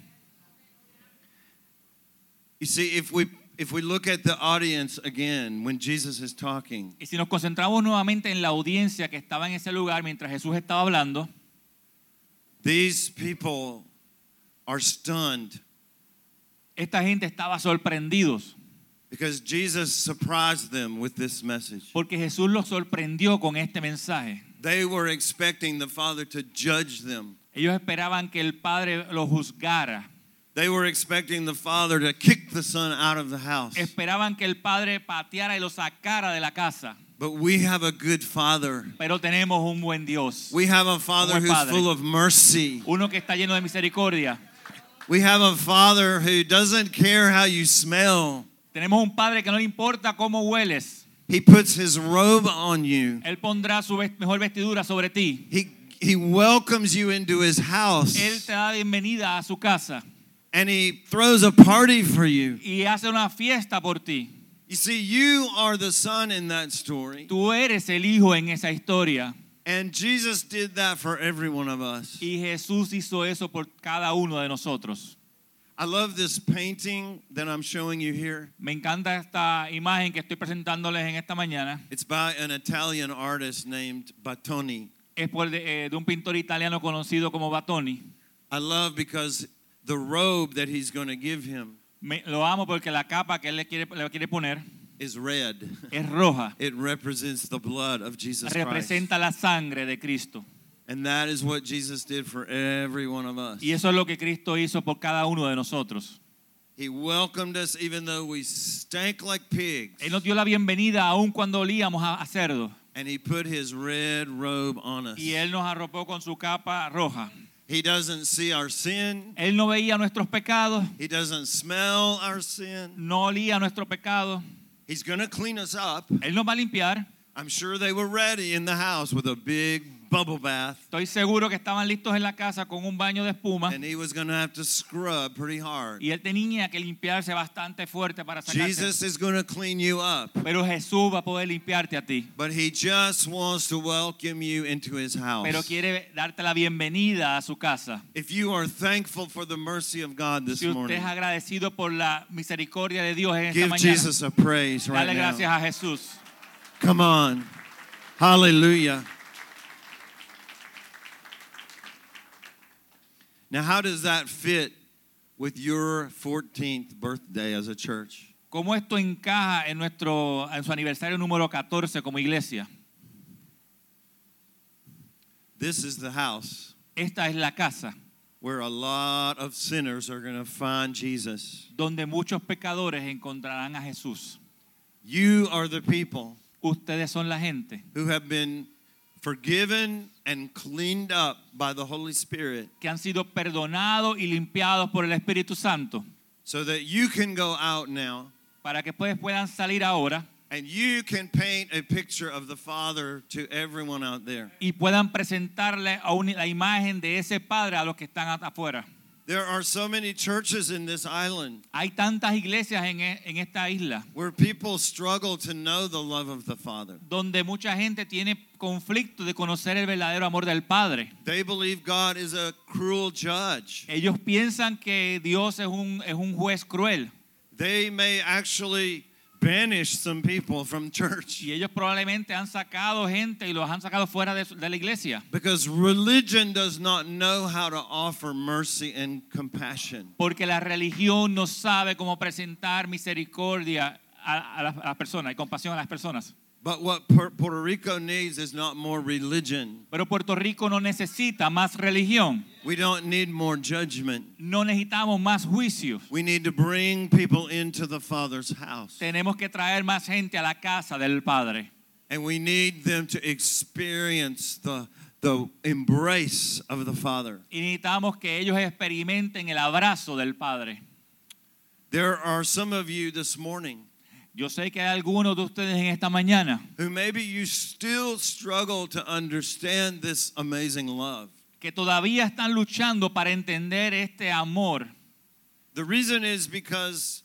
Speaker 2: You see, if we if we look at the audience again when Jesus is talking,
Speaker 3: Y si nos concentramos nuevamente en la audiencia que estaba en ese lugar mientras Jesús estaba hablando,
Speaker 2: these people are stunned
Speaker 3: esta gente estaba sorprendidos
Speaker 2: because Jesus surprised them with this message.
Speaker 3: porque Jesús los sorprendió con este mensaje.
Speaker 2: They were expecting the Father to judge them.
Speaker 3: Ellos esperaban que el Padre los juzgara,
Speaker 2: They were expecting the Father to kick the Son out of the house.
Speaker 3: esperaban que el Padre pateara y los sacara de la casa,
Speaker 2: But we have a good father.
Speaker 3: pero tenemos un buen Dios.
Speaker 2: We have a father
Speaker 3: Buen
Speaker 2: who's
Speaker 3: padre.
Speaker 2: full of mercy.
Speaker 3: Uno que está lleno de misericordia.
Speaker 2: We have a father who doesn't care how you smell.
Speaker 3: Tenemos un Padre que no le importa cómo hueles.
Speaker 2: He puts his robe on you.
Speaker 3: Él pondrá su ves- mejor vestidura sobre ti.
Speaker 2: He he welcomes you into his
Speaker 3: Él
Speaker 2: house
Speaker 3: te da bienvenida a su casa
Speaker 2: and he throws a party for you.
Speaker 3: y hace una fiesta por ti.
Speaker 2: You see, you are the son in that story.
Speaker 3: Tú eres el hijo en esa historia
Speaker 2: And Jesus did that for every one of us.
Speaker 3: y Jesús hizo eso por cada uno de nosotros.
Speaker 2: I love this painting that I'm showing you here.
Speaker 3: Me encanta esta imagen que estoy presentándoles en esta mañana.
Speaker 2: It's by an Italian artist named Battoni.
Speaker 3: Es por de, eh, de un pintor italiano conocido como Batoni.
Speaker 2: I love because the robe that he's going to give him
Speaker 3: Me- lo amo porque la capa que él le quiere, le quiere poner
Speaker 2: is red.
Speaker 3: es roja.
Speaker 2: It represents the blood of Jesus Christ.
Speaker 3: Representa la sangre de Cristo.
Speaker 2: And that is what Jesus did for every one of us.
Speaker 3: Y eso es lo que Cristo hizo por cada uno de nosotros.
Speaker 2: He welcomed us even though we stank like pigs.
Speaker 3: Él nos dio la bienvenida aun cuando olíamos a, a cerdo.
Speaker 2: And he put his red robe on us.
Speaker 3: Y Él nos arropó con su capa roja.
Speaker 2: He doesn't see our sin.
Speaker 3: Él no veía nuestros pecados,
Speaker 2: He doesn't smell our sin.
Speaker 3: no olía nuestro pecado.
Speaker 2: He's going to clean us up.
Speaker 3: Él nos va a limpiar.
Speaker 2: I'm sure they were ready in the house with a big bubble bath.
Speaker 3: Estoy seguro que estaban listos en la casa con un baño de espuma.
Speaker 2: And he was going to have to scrub pretty hard.
Speaker 3: Y Él tenía que limpiarse bastante fuerte para sacarse.
Speaker 2: Jesus is going to clean you up.
Speaker 3: Pero Jesús va a poder limpiarte a ti.
Speaker 2: But he just wants to welcome you into his house.
Speaker 3: Pero quiere darte la bienvenida a su casa.
Speaker 2: If you are thankful for the mercy of God this
Speaker 3: Si usted
Speaker 2: morning,
Speaker 3: es agradecido por la misericordia de Dios en esta
Speaker 2: give
Speaker 3: mañana,
Speaker 2: Jesus a praise right
Speaker 3: dale gracias
Speaker 2: now.
Speaker 3: a Jesús.
Speaker 2: Come on. Hallelujah. Now, how does that fit with your 14th birthday as a church?
Speaker 3: ¿Cómo esto encaja en, nuestro, en su aniversario número 14 como iglesia?
Speaker 2: This is the house
Speaker 3: Esta es la casa
Speaker 2: where a lot of sinners are going to find Jesus.
Speaker 3: donde muchos pecadores encontrarán a Jesús.
Speaker 2: You are the people
Speaker 3: Ustedes son la gente
Speaker 2: who have been forgiven and cleaned up by the Holy Spirit
Speaker 3: que han sido perdonados y limpiados por el Espíritu Santo
Speaker 2: so that you can go out now
Speaker 3: para que ustedes puedan salir ahora
Speaker 2: and you can paint a picture of the Father to everyone out there.
Speaker 3: y puedan presentarle a un- la imagen de ese Padre a los que están at- afuera.
Speaker 2: There are so many churches in this island
Speaker 3: Hay tantas iglesias en, e- en esta isla
Speaker 2: where people struggle to know the love of the Father.
Speaker 3: donde mucha gente tiene conflicto de conocer el verdadero amor del Padre.
Speaker 2: They believe God is a cruel judge.
Speaker 3: Ellos piensan que Dios es un, es un juez cruel
Speaker 2: They may actually banish some people from church
Speaker 3: y ellos probablemente han sacado gente y los han sacado fuera de, su- de la iglesia.
Speaker 2: because religion does not know how to offer mercy and compassion.
Speaker 3: Porque la religión no sabe cómo presentar misericordia a, a las, a las personas y compasión a las personas.
Speaker 2: But what Puer- Puerto Rico needs is not more religion.
Speaker 3: Pero Puerto Rico no necesita más religión.
Speaker 2: We don't need more judgment.
Speaker 3: No necesitamos más juicios.
Speaker 2: We need to bring people into the Father's house.
Speaker 3: Tenemos que traer más gente a la casa del Padre.
Speaker 2: And we need them to experience the, the embrace of the Father.
Speaker 3: Y necesitamos que ellos experimenten el abrazo del Padre.
Speaker 2: There are some of you this morning
Speaker 3: Yo sé que hay algunos de ustedes en esta mañana
Speaker 2: who maybe you still struggle to understand this amazing love.
Speaker 3: que todavía están luchando para entender este amor.
Speaker 2: The reason is because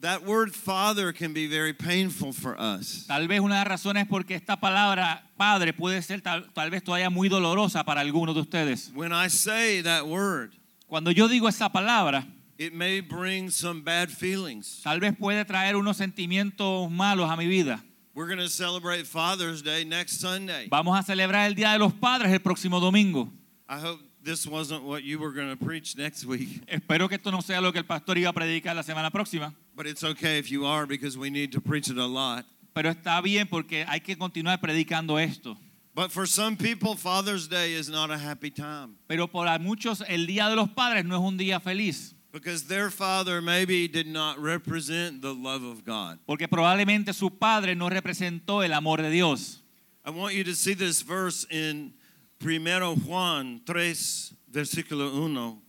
Speaker 2: that word Father can be very painful for us.
Speaker 3: Tal vez una de las razones es porque esta palabra padre puede ser tal, tal vez todavía muy dolorosa para algunos de ustedes.
Speaker 2: When I say that word,
Speaker 3: Cuando yo digo esa palabra,
Speaker 2: it may bring some bad feelings.
Speaker 3: tal vez puede traer unos sentimientos malos a mi vida.
Speaker 2: We're going to celebrate Father's Day next Sunday.
Speaker 3: Vamos a celebrar el Día de los Padres el próximo domingo.
Speaker 2: I hope this wasn't what you were going to preach next week,
Speaker 3: Espero que esto no sea lo que el pastor iba a predicar la semana próxima,
Speaker 2: but it's okay if you are because we need to preach it a lot.
Speaker 3: pero está bien porque hay que continuar predicando esto.
Speaker 2: But for some people, Father's Day is not a happy time.
Speaker 3: Pero para muchos el Día de los Padres no es un día feliz.
Speaker 2: because their father maybe did not represent the love of God.
Speaker 3: porque probablemente su padre no representó el amor de Dios.
Speaker 2: I want you to see this verse in Primero Juan 3, versículo 1.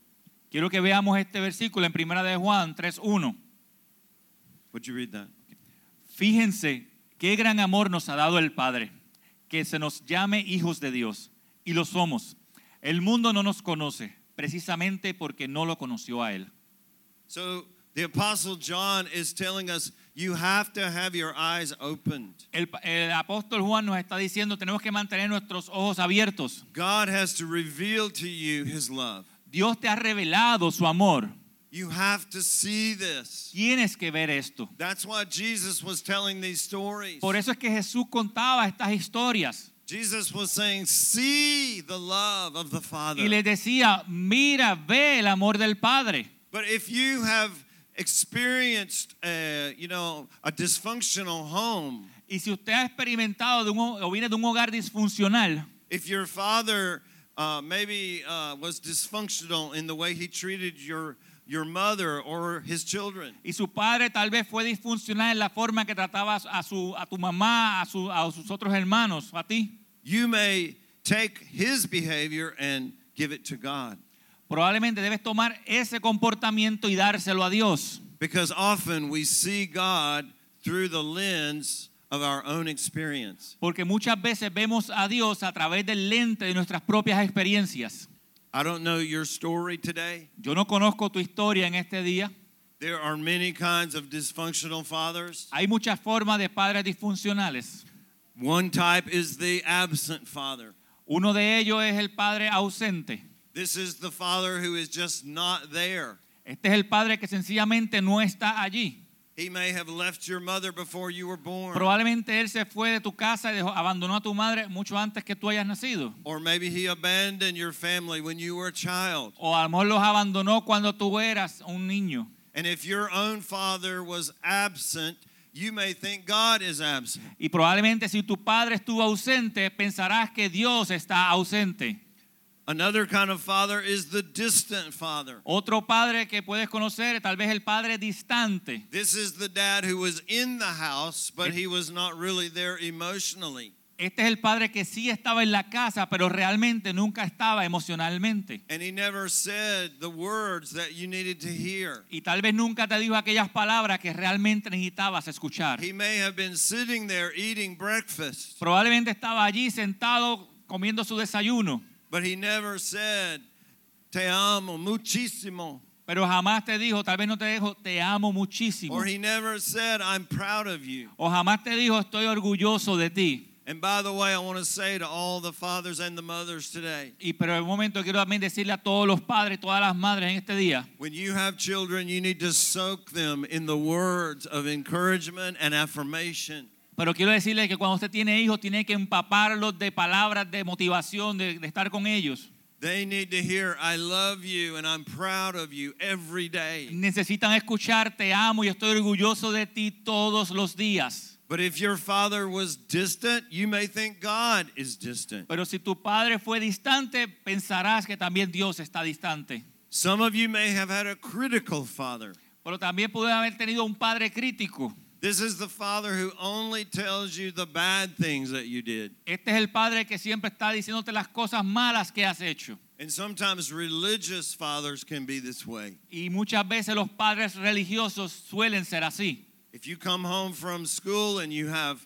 Speaker 3: Quiero que veamos este versículo en Primera de Juan 3:1.
Speaker 2: Would you read that?
Speaker 3: Fíjense qué gran amor nos ha dado el Padre, que se nos llame hijos de Dios, y lo somos. El mundo no nos conoce, precisamente porque no lo conoció a Él.
Speaker 2: So the Apostle John is telling us you have to have your eyes opened.
Speaker 3: El, pa- el apóstol Juan nos está diciendo, tenemos que mantener nuestros ojos abiertos.
Speaker 2: God has to reveal to you his love.
Speaker 3: Dios te ha revelado su amor.
Speaker 2: You have to see this.
Speaker 3: Tienes que ver esto.
Speaker 2: That's why Jesus was telling these stories.
Speaker 3: Por eso es que Jesús contaba estas historias
Speaker 2: Jesus was saying, See the love of the Father.
Speaker 3: y les decía, mira, ve el amor del Padre.
Speaker 2: But if you have experienced, uh, you know, a dysfunctional home,
Speaker 3: Y si usted ha experimentado de un ho- o viene de un hogar disfuncional,
Speaker 2: if your father uh, maybe uh, was dysfunctional in the way he treated your your mother or his children,
Speaker 3: y su padre tal vez fue disfuncional en la forma que trataba a, su, a tu mamá, a, su- a sus otros hermanos, a ti,
Speaker 2: you may take his behavior and give it to God,
Speaker 3: probablemente debes tomar ese comportamiento y dárselo a Dios.
Speaker 2: because often we see God through the lens of our own experience.
Speaker 3: Porque muchas veces vemos a Dios a través del lente de nuestras propias experiencias.
Speaker 2: I don't know your story today.
Speaker 3: Yo no conozco tu historia en este día.
Speaker 2: There are many kinds of dysfunctional fathers.
Speaker 3: Hay muchas formas de padres disfuncionales.
Speaker 2: One type is the absent father.
Speaker 3: Uno de ellos es el padre ausente.
Speaker 2: This is the father who is just not there.
Speaker 3: Este es el padre que sencillamente no está allí.
Speaker 2: He may have left your mother before you were born,
Speaker 3: Probablemente él se fue de tu casa y dejó- abandonó a tu madre mucho antes que tú hayas nacido.
Speaker 2: or maybe he abandoned your family when you were a child.
Speaker 3: O a lo mejor los abandonó cuando tú eras un niño.
Speaker 2: And if your own father was absent, you may think God is absent.
Speaker 3: Y probablemente si tu padre estuvo ausente, pensarás que Dios está ausente.
Speaker 2: Another kind of father is the distant father.
Speaker 3: Otro padre que puedes conocer, tal vez el padre distante.
Speaker 2: This is the dad who was in the house, but he was not really there emotionally.
Speaker 3: Este es el padre que sí estaba en la casa, pero realmente nunca estaba emocionalmente.
Speaker 2: And he never said the words that you needed to hear.
Speaker 3: Y tal vez nunca te dijo aquellas palabras que realmente necesitabas escuchar.
Speaker 2: He may have been sitting there eating breakfast,
Speaker 3: Probablemente estaba allí sentado comiendo su desayuno,
Speaker 2: but he never said, Te amo muchísimo.
Speaker 3: pero jamás te dijo, tal vez no te dijo, te amo muchísimo.
Speaker 2: Or he never said, I'm proud of you.
Speaker 3: O jamás te dijo, estoy orgulloso de ti.
Speaker 2: And by the way, I want to say to all the fathers and the mothers today
Speaker 3: Y pero en un momento quiero también decirle a todos los padres, todas las madres en este día,
Speaker 2: when you have children, you need to soak them in the words of encouragement and affirmation.
Speaker 3: pero quiero decirle que cuando usted tiene hijos, tiene que empaparlos de palabras de motivación, de, de estar con ellos.
Speaker 2: They need to hear, I love you and I'm proud of you every day.
Speaker 3: Necesitan escuchar, te amo y estoy orgulloso de ti todos los días.
Speaker 2: But if your father was distant, you may think God is distant.
Speaker 3: Pero si tu padre fue distante, pensarás que también Dios está distante.
Speaker 2: Some of you may have had a critical father.
Speaker 3: Pero también pudo haber tenido un padre crítico.
Speaker 2: This is the father who only tells you the bad things that you did.
Speaker 3: Este es el padre que siempre está diciéndote las cosas malas que has hecho.
Speaker 2: And sometimes religious fathers can be this way.
Speaker 3: Y muchas veces los padres religiosos suelen ser así.
Speaker 2: If you come home from school and you have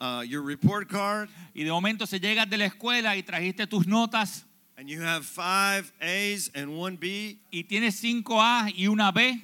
Speaker 2: uh, your report card
Speaker 3: Y de momento se llegas de la escuela y trajiste tus notas
Speaker 2: and you have five A's and one B,
Speaker 3: y tienes 5 A y una B,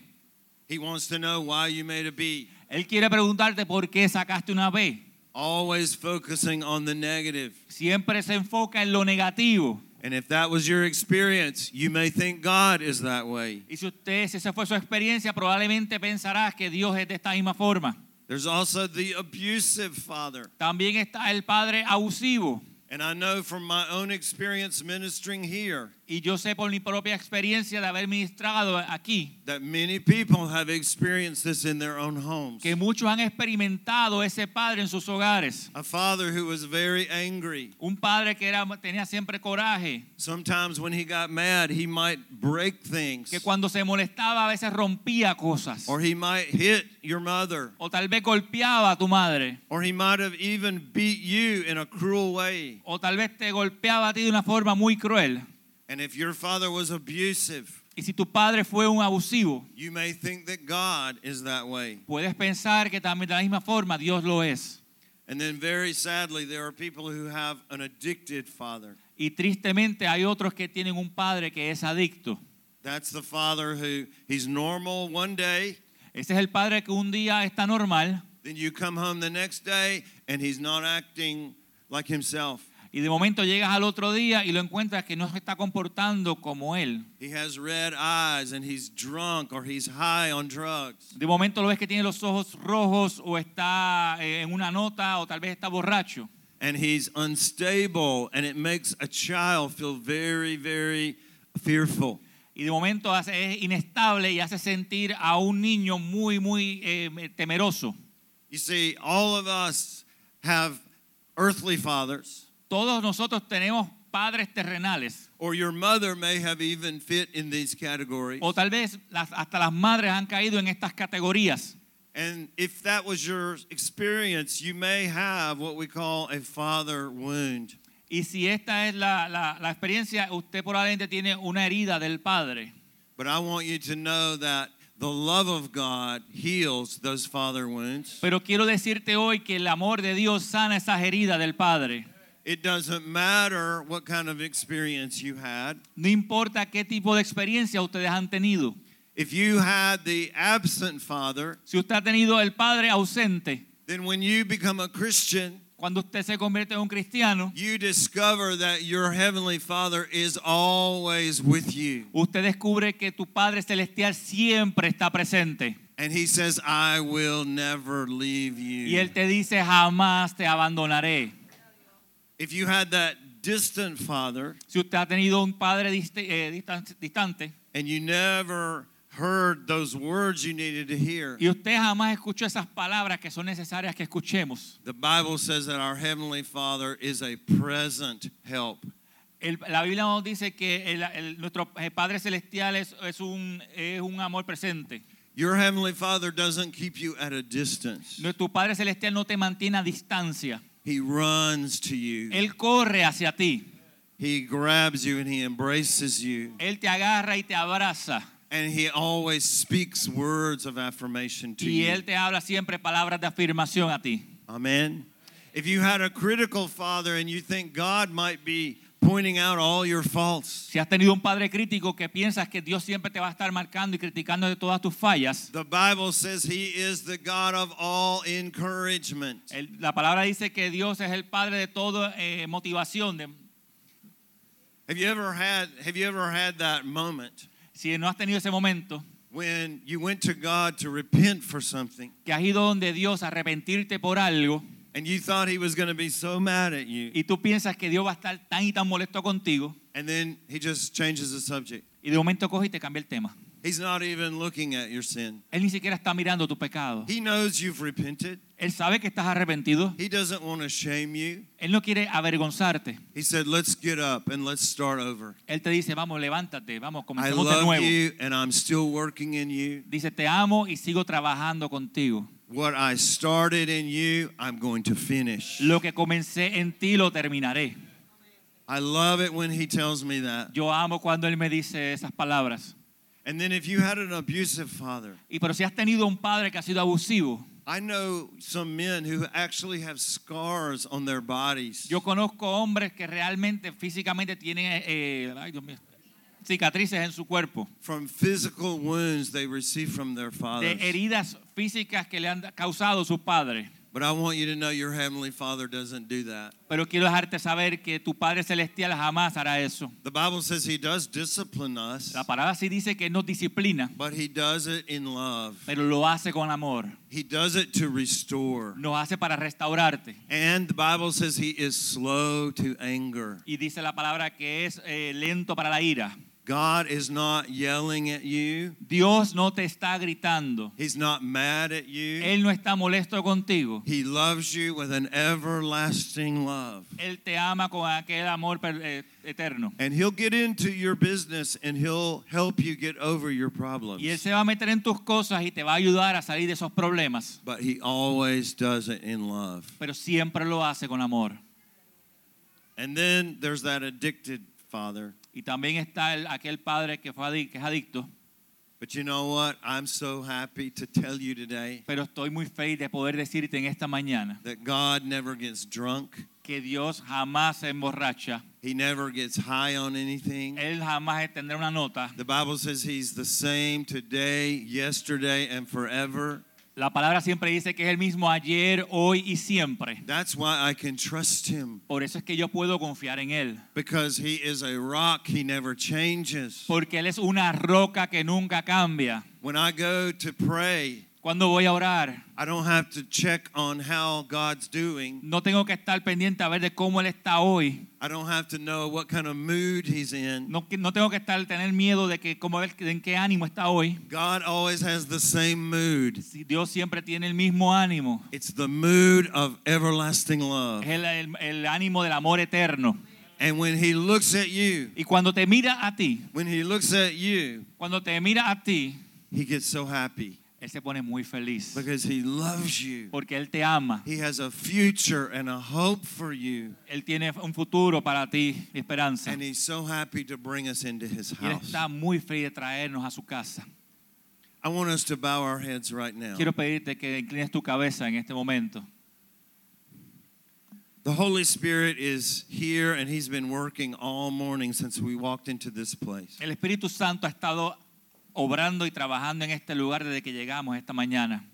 Speaker 2: he wants to know why you made a B.
Speaker 3: él quiere preguntarte por qué sacaste una B.
Speaker 2: Always focusing on the negative.
Speaker 3: Siempre se enfoca en lo negativo.
Speaker 2: And if that was your experience, you may think God is that way.
Speaker 3: Y si usted, si esa fue su experiencia, probablemente pensarás que Dios es de esta misma forma.
Speaker 2: There's also the abusive father.
Speaker 3: También está el padre abusivo.
Speaker 2: And I know from my own experience ministering here,
Speaker 3: Y yo sé por mi propia experiencia de haber ministrado aquí
Speaker 2: that many people have experienced this in their own homes.
Speaker 3: que muchos han experimentado ese padre en sus hogares.
Speaker 2: A father who was very angry.
Speaker 3: Un padre que era, tenía siempre coraje,
Speaker 2: Sometimes when he got mad, he might break things
Speaker 3: que cuando se molestaba a veces rompía cosas.
Speaker 2: or he might hit your mother
Speaker 3: O tal vez golpeaba a tu madre.
Speaker 2: or he might have even beat you in a cruel way.
Speaker 3: O tal vez te golpeaba a ti de una forma muy cruel.
Speaker 2: And if your father was abusive,
Speaker 3: Y si tu padre fue un abusivo,
Speaker 2: you may think that God is that way.
Speaker 3: puedes pensar que también de la misma forma Dios lo es.
Speaker 2: And then very sadly, there are people who have an addicted father.
Speaker 3: Y tristemente hay otros que tienen un padre que es adicto.
Speaker 2: That's the father who he's normal one day,
Speaker 3: Ese es el padre que un día está normal
Speaker 2: then you come home the next day and he's not acting like himself.
Speaker 3: y de momento llegas al otro día y lo encuentras que no se está comportando como él.
Speaker 2: He has red eyes and he's drunk or he's high on drugs.
Speaker 3: De momento lo ves que tiene los ojos rojos o está eh, en una nota o tal vez está borracho.
Speaker 2: And he's unstable and it makes a child feel very, very fearful.
Speaker 3: Y de momento hace, es inestable y hace sentir a un niño muy, muy eh, temeroso.
Speaker 2: You see, all of us have earthly fathers,
Speaker 3: Todos nosotros tenemos padres terrenales.
Speaker 2: or your mother may have even fit in these categories.
Speaker 3: O tal vez las- hasta las madres han caído en estas categorías.
Speaker 2: And if that was your experience, you may have what we call a father wound.
Speaker 3: Y si esta es la, la- la experiencia, usted probablemente tiene una herida del padre.
Speaker 2: But I want you to know that the love of God heals those father wounds.
Speaker 3: Pero quiero decirte hoy que el amor de Dios sana esas heridas del padre.
Speaker 2: It doesn't matter what kind of experience you had.
Speaker 3: No importa qué tipo de experiencia ustedes han tenido.
Speaker 2: If you had the absent father,
Speaker 3: Si usted ha tenido el padre ausente,
Speaker 2: then when you become a Christian,
Speaker 3: cuando usted se convierte en un cristiano,
Speaker 2: you discover that your heavenly father is always with you.
Speaker 3: usted descubre que tu padre celestial siempre está presente.
Speaker 2: And he says, I will never leave you.
Speaker 3: Y él te dice, jamás te abandonaré.
Speaker 2: If you had that distant father
Speaker 3: Si usted ha tenido un padre dist- eh, distan- distante
Speaker 2: and you never heard those words you needed to hear,
Speaker 3: y usted jamás escuchó esas palabras que son necesarias que escuchemos,
Speaker 2: the Bible says that our Heavenly Father is a present help.
Speaker 3: el- la Biblia nos dice que el- el- nuestro eh, Padre Celestial es, es un, es un amor presente.
Speaker 2: Your Heavenly Father doesn't keep you at a distance,
Speaker 3: No- Tu Padre Celestial no te mantiene a distancia.
Speaker 2: He runs to you,
Speaker 3: Él corre hacia ti.
Speaker 2: He grabs you, and He embraces you.
Speaker 3: Él te agarra y te abraza.
Speaker 2: And He always speaks words of affirmation to
Speaker 3: Y
Speaker 2: you.
Speaker 3: Él te habla siempre palabras de afirmación a ti.
Speaker 2: Amen. If you had a critical father and you think God might be pointing out all your faults,
Speaker 3: Si has tenido un padre crítico que piensas que Dios siempre te va a estar marcando y criticando de todas tus fallas,
Speaker 2: The Bible says he is the God of all encouragement.
Speaker 3: el- la palabra dice que Dios es el padre de toda eh, motivación. de-
Speaker 2: Have you ever had have you ever had that moment
Speaker 3: si no has tenido ese momento,
Speaker 2: when you went to God to repent for something
Speaker 3: que has ido donde Dios a arrepentirte por algo
Speaker 2: and you thought he was going to be so mad at you
Speaker 3: y tú piensas que Dios va a estar tan y tan molesto contigo
Speaker 2: and then he just changes the subject.
Speaker 3: y de momento coge y te cambia el tema.
Speaker 2: He's not even looking at your sin.
Speaker 3: Él ni siquiera está mirando tu pecado.
Speaker 2: He knows you've repented.
Speaker 3: Él sabe que estás arrepentido.
Speaker 2: He doesn't want to shame you.
Speaker 3: Él no quiere avergonzarte.
Speaker 2: He said, "Let's get up and let's start over.
Speaker 3: Él te dice, vamos, levántate, vamos,
Speaker 2: I
Speaker 3: comencemos de
Speaker 2: love
Speaker 3: nuevo.
Speaker 2: you and I'm still working in you.
Speaker 3: Dice, te amo y sigo trabajando contigo.
Speaker 2: What I started in you, I'm going to finish."
Speaker 3: Lo que comencé en ti lo terminaré.
Speaker 2: I love it when he tells me that.
Speaker 3: Yo amo cuando Él me dice esas palabras.
Speaker 2: And then if you had an abusive father,
Speaker 3: Y pero si has tenido un padre que ha sido abusivo,
Speaker 2: I know some men who actually have scars on their bodies.
Speaker 3: yo conozco hombres que realmente físicamente tienen eh, ay, Dios mío, cicatrices en su cuerpo,
Speaker 2: From physical wounds they receive from their fathers.
Speaker 3: de heridas físicas que le han causado sus padres.
Speaker 2: But I want you to know your Heavenly Father doesn't do that.
Speaker 3: Pero quiero dejarte saber que tu Padre Celestial jamás hará eso.
Speaker 2: The Bible says He does discipline us,
Speaker 3: La palabra sí dice que Él nos disciplina,
Speaker 2: but He does it in love.
Speaker 3: pero lo hace con amor.
Speaker 2: He does it to restore.
Speaker 3: Nos hace para restaurarte.
Speaker 2: And the Bible says He is slow to anger.
Speaker 3: Y dice la palabra que es eh, lento para la ira.
Speaker 2: God is not yelling at you,
Speaker 3: Dios no te está gritando.
Speaker 2: He's not mad at you.
Speaker 3: Él no está molesto contigo.
Speaker 2: He loves you with an everlasting love.
Speaker 3: Él te ama con aquel amor per- eh, eterno.
Speaker 2: And He'll get into your business and He'll help you get over your problems.
Speaker 3: Y Él se va a meter en tus cosas y te va a ayudar a salir de esos problemas.
Speaker 2: But He always does it in love.
Speaker 3: Pero siempre lo hace con amor.
Speaker 2: And then there's that addicted father.
Speaker 3: Y también está el- aquel padre que, fue adi- que es adicto.
Speaker 2: But you know what? I'm so happy to tell you today
Speaker 3: Pero estoy muy feliz de poder decirte en esta mañana
Speaker 2: that God never gets drunk.
Speaker 3: que Dios jamás se emborracha.
Speaker 2: He never gets high on anything.
Speaker 3: Él jamás tendrá una nota.
Speaker 2: The Bible says he's the same today, yesterday, and forever.
Speaker 3: La palabra siempre dice que es el mismo ayer, hoy y siempre.
Speaker 2: That's why I can trust him
Speaker 3: Por eso es que yo puedo confiar en Él.
Speaker 2: because he is a rock. He never changes.
Speaker 3: Porque Él es una roca que nunca cambia.
Speaker 2: When I go to pray,
Speaker 3: Cuando voy a orar,
Speaker 2: I don't have to check on how God's doing.
Speaker 3: no tengo que estar pendiente a ver de cómo Él está hoy.
Speaker 2: I don't have to know what kind of mood he's in.
Speaker 3: No, que- no tengo que estar tener miedo de que cómo él, de en qué ánimo está hoy.
Speaker 2: God always has the same mood.
Speaker 3: Si Dios siempre tiene el mismo ánimo.
Speaker 2: It's the mood of everlasting love.
Speaker 3: Es el, el- el ánimo del amor eterno.
Speaker 2: And when he looks at you,
Speaker 3: Y cuando te mira a ti,
Speaker 2: when he looks at you,
Speaker 3: cuando te mira a ti,
Speaker 2: he gets so happy
Speaker 3: Él se pone muy feliz.
Speaker 2: because he loves you.
Speaker 3: Porque Él te ama.
Speaker 2: He has a future and a hope for you.
Speaker 3: Él tiene un futuro para ti, esperanza.
Speaker 2: And he's so happy to bring us into his
Speaker 3: Y Él
Speaker 2: house.
Speaker 3: está muy feliz de traernos a su casa.
Speaker 2: I want us to bow our heads right now.
Speaker 3: Quiero pedirte que inclines tu cabeza en este momento.
Speaker 2: The Holy Spirit is here and he's been working all morning since we walked into this place.
Speaker 3: El Espíritu Santo ha estado obrando y trabajando en este lugar desde que llegamos esta mañana.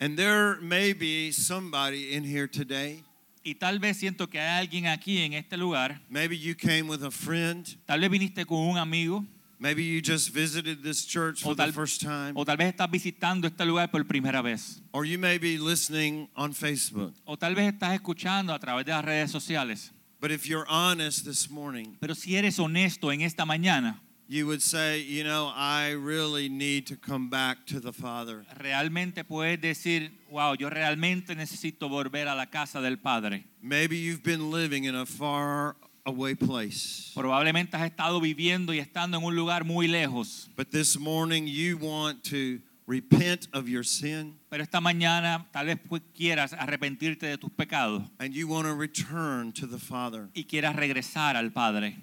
Speaker 2: And there may be somebody in here today.
Speaker 3: Y tal vez siento que hay alguien aquí en este lugar.
Speaker 2: Maybe you came with a friend.
Speaker 3: Tal vez viniste con un amigo
Speaker 2: Maybe you just visited this church
Speaker 3: O
Speaker 2: for the
Speaker 3: tal-
Speaker 2: first time,
Speaker 3: o tal vez estás visitando este lugar por primera vez.
Speaker 2: or you may be listening on Facebook.
Speaker 3: O tal vez estás escuchando a través de las redes sociales.
Speaker 2: But if you're honest this morning,
Speaker 3: Pero si eres honesto en esta mañana,
Speaker 2: you would say, you know, I really need to come back to the Father.
Speaker 3: realmente puedes decir, wow, yo realmente necesito volver a la casa del Padre.
Speaker 2: Maybe you've been living in a far away place,
Speaker 3: Probablemente has estado viviendo y estando en un lugar muy lejos.
Speaker 2: but this morning you want to repent of your sin
Speaker 3: Pero esta mañana tal vez pues, quieras arrepentirte de tus pecados
Speaker 2: and you want to return to the Father.
Speaker 3: y quieras regresar al Padre.